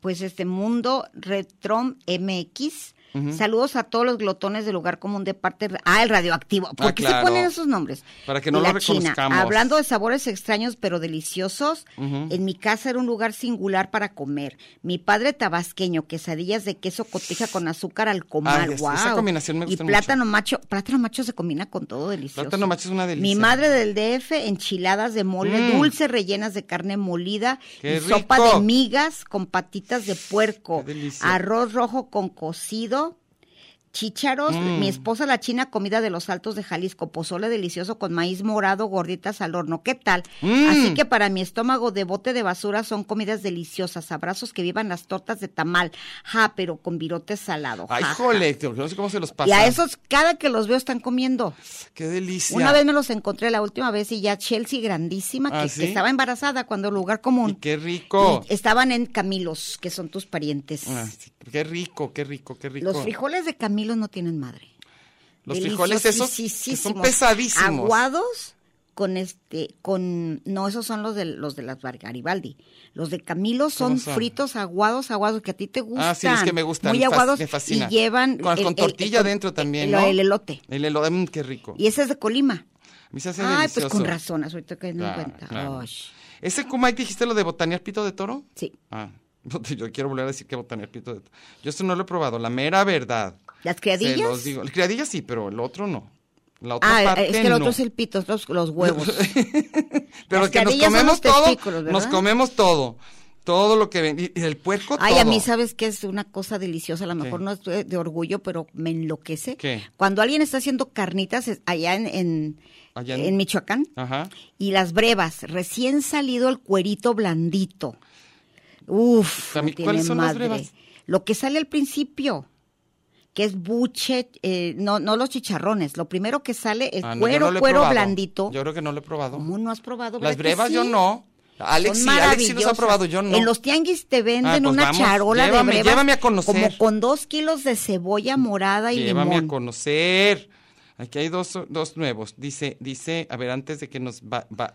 Pues este Mundo Retro MX. Saludos a todos los glotones del lugar común de parte. Ah, el radioactivo. ¿Por Ah, qué claro. se ponen esos nombres? Para que no Y lo la China. reconozcamos. Hablando de sabores extraños pero deliciosos, en mi casa era un lugar singular para comer. Mi padre tabasqueño, quesadillas de queso cotija con azúcar al comal. Ay, esa- esa Guau. combinación me Y gusta mucho. plátano macho. Plátano macho se combina con todo delicioso. Plátano macho es una Mi delicia. madre del DF, enchiladas de mole, Mm. dulces rellenas de carne molida ¡Qué y sopa rico! de migas con patitas de puerco, ¡Qué delicia! arroz rojo con cocido, chícharos, Mm. mi esposa la china comida de los altos de Jalisco, pozole delicioso con maíz morado, gorditas al horno, ¿qué tal? Mm. Así que para mi estómago de bote de basura son comidas deliciosas, abrazos que vivan las tortas de tamal, ja, pero con virote salado. Ay, ja, ja. jole, no sé cómo se los pasa. Y a esos, cada que los veo están comiendo. Qué delicia. Una vez me los encontré la última vez y ya Chelsea grandísima, que, ¿Ah, que sí? estaba embarazada cuando lugar Y común. qué rico. Y estaban en Camilos, que son tus parientes. Ah, sí, qué rico, qué rico, qué rico. Los frijoles de Camilo no tienen madre. Los frijoles esos que son Deliciosísimos. pesadísimos. Aguados con este, con, no, esos son los de los de las Bar- Garibaldi. Los de Camilo son, ¿Cómo son? fritos aguados, aguados que a ti te gustan. Ah, sí, los que me gustan. Muy me fas- aguados me fascina. y llevan con, el- con el- tortilla el- dentro también, el- ¿no? el elote. El elote, mm, qué rico. Y ese es de Colima. A mí se hace Ay, pues delicioso. con razón, ahorita que no Claro, cuenta. claro. Ay, ¿Ese Kumai dijiste lo de botanear pito de toro? sí. Ah, yo quiero volver a decir que botanear pito de toro. Yo esto no lo he probado, la mera verdad. ¿Las Se criadillas? los digo. El criadilla sí, pero el otro no. La otra Ah, parte es que el otro no. es el pito, los, los huevos. las Pero que nos criadillas son comemos los todo, testículos, ¿verdad? nos comemos todo. Todo lo que ven. Y y el puerco Ay, todo. a mí sabes que es una cosa deliciosa, a lo mejor ¿Qué? no es de, de orgullo, pero me enloquece. ¿Qué? Cuando alguien está haciendo carnitas es- allá en, en, Allá en- en Michoacán Ajá. y las brevas, recién salido el cuerito blandito. Uf, A mí, no tiene ¿cuáles son las madre. brevas? Lo que sale al principio, que es buche, eh, no, no los chicharrones, lo primero que sale es Ah, no, yo cuero, no lo he cuero probado. blandito. Yo creo que no lo he probado. ¿Cómo no has probado? Las ¿Verdad que brevas yo sí? no. Alex Son sí, Alex sí los ha maravillosas. probado, yo no. En los tianguis te venden Ah, pues una vamos, charola llévame, de brevas. llévame a conocer. Como con dos kilos de cebolla morada y Llévame limón. a conocer. Aquí hay dos, dos nuevos. Dice, dice, a ver, antes de que nos va- va-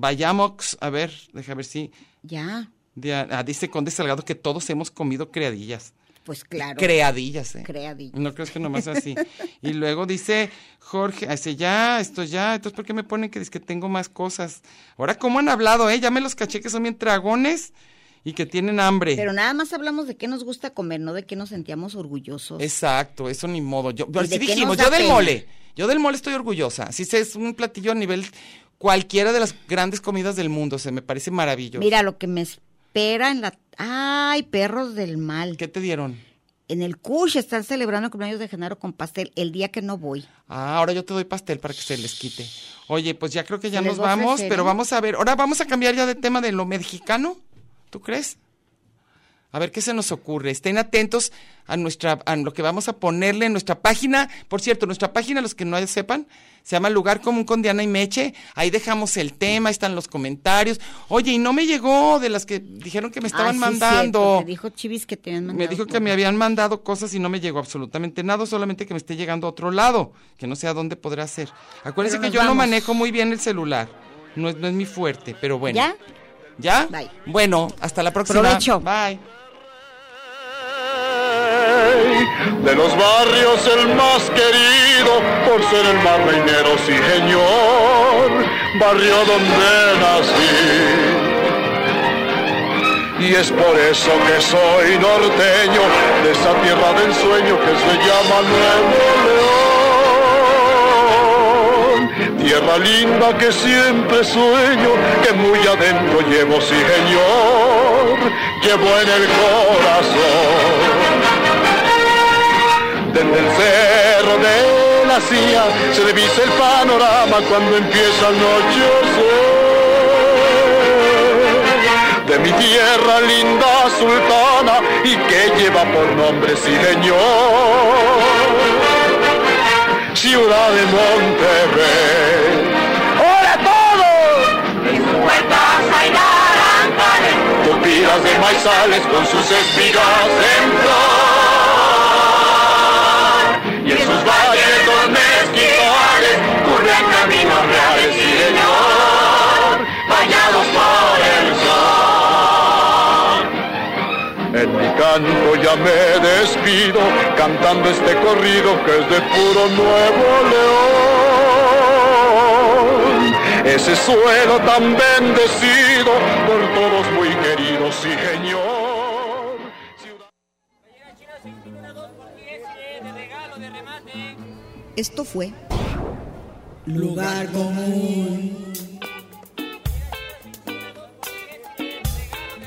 vayamos, a ver, deja ver si. Ya, de- ah, dice Conde Salgado que todos hemos comido creadillas. pues claro. Creadillas, ¿eh? Creadillas. No crees que nomás así. y luego dice Jorge, ah, dice ya, esto ya, entonces ¿por qué me ponen que dice que tengo más cosas? Ahora, ¿cómo han hablado, eh? Ya me los caché que son bien dragones y que tienen hambre. Pero nada más hablamos de qué nos gusta comer, no de qué nos sentíamos orgullosos. Exacto, eso ni modo. Yo, pero ¿Y de sí qué nos dijimos, da yo del pena? mole, yo del mole estoy orgullosa. Sí, sé, es un platillo a nivel cualquiera de las grandes comidas del mundo, se me parece maravilloso. Mira lo que me espera en la... Ay, perros del mal. ¿Qué te dieron? En el Cush están celebrando el cumpleaños de Genaro con pastel el día que no voy. Ah, ahora yo te doy pastel para que se les quite. Oye, pues ya creo que ya Se les nos va a vamos, ofrecer, pero ¿eh? vamos a ver. Ahora vamos a cambiar ya de tema de lo mexicano. ¿Tú crees? A ver qué se nos ocurre. Estén atentos a nuestra a lo que vamos a ponerle en nuestra página. Por cierto, nuestra página, los que no sepan, se llama Lugar Común con Diana y Meche. Ahí dejamos el tema, ahí están los comentarios. Oye, y no me llegó de las que dijeron que me estaban Ah, sí, mandando. cierto, me dijo Chivis que te habían mandado. Me dijo que me habían mandado cosas y no me llegó absolutamente nada, solamente que me esté llegando a otro lado, que no sé a dónde podrá ser. Acuérdense Pero que nos yo no vamos. manejo muy bien el celular, no es, no es mi fuerte, pero bueno. ¿Ya? ¿Ya? Bye. Bueno, hasta la próxima. Provecho. Bye. Bye. de los barrios el más querido por ser el más reinero, sí señor, barrio donde nací. Y es por eso que soy norteño de esa tierra del sueño que se llama Nuevo León. Tierra linda que siempre sueño, que muy adentro llevo, sí señor, llevo en el corazón desde el cerro de la silla se divisa el panorama cuando empieza el anochecer. De mi tierra linda sultana y que lleva por nombre Sigeñor, ciudad de Monterrey. ¡Hola todos! En sus puertas hay naranjales, copilas de maizales con sus espigas en flor y en sus valles los mezquitales curran caminos reales, señor, bañados por el sol. En mi canto ya me despido, cantando este corrido que es de puro Nuevo León. Ese suelo tan bendecido, por todos muy queridos, sí, señor. Esto fue Lugar Común.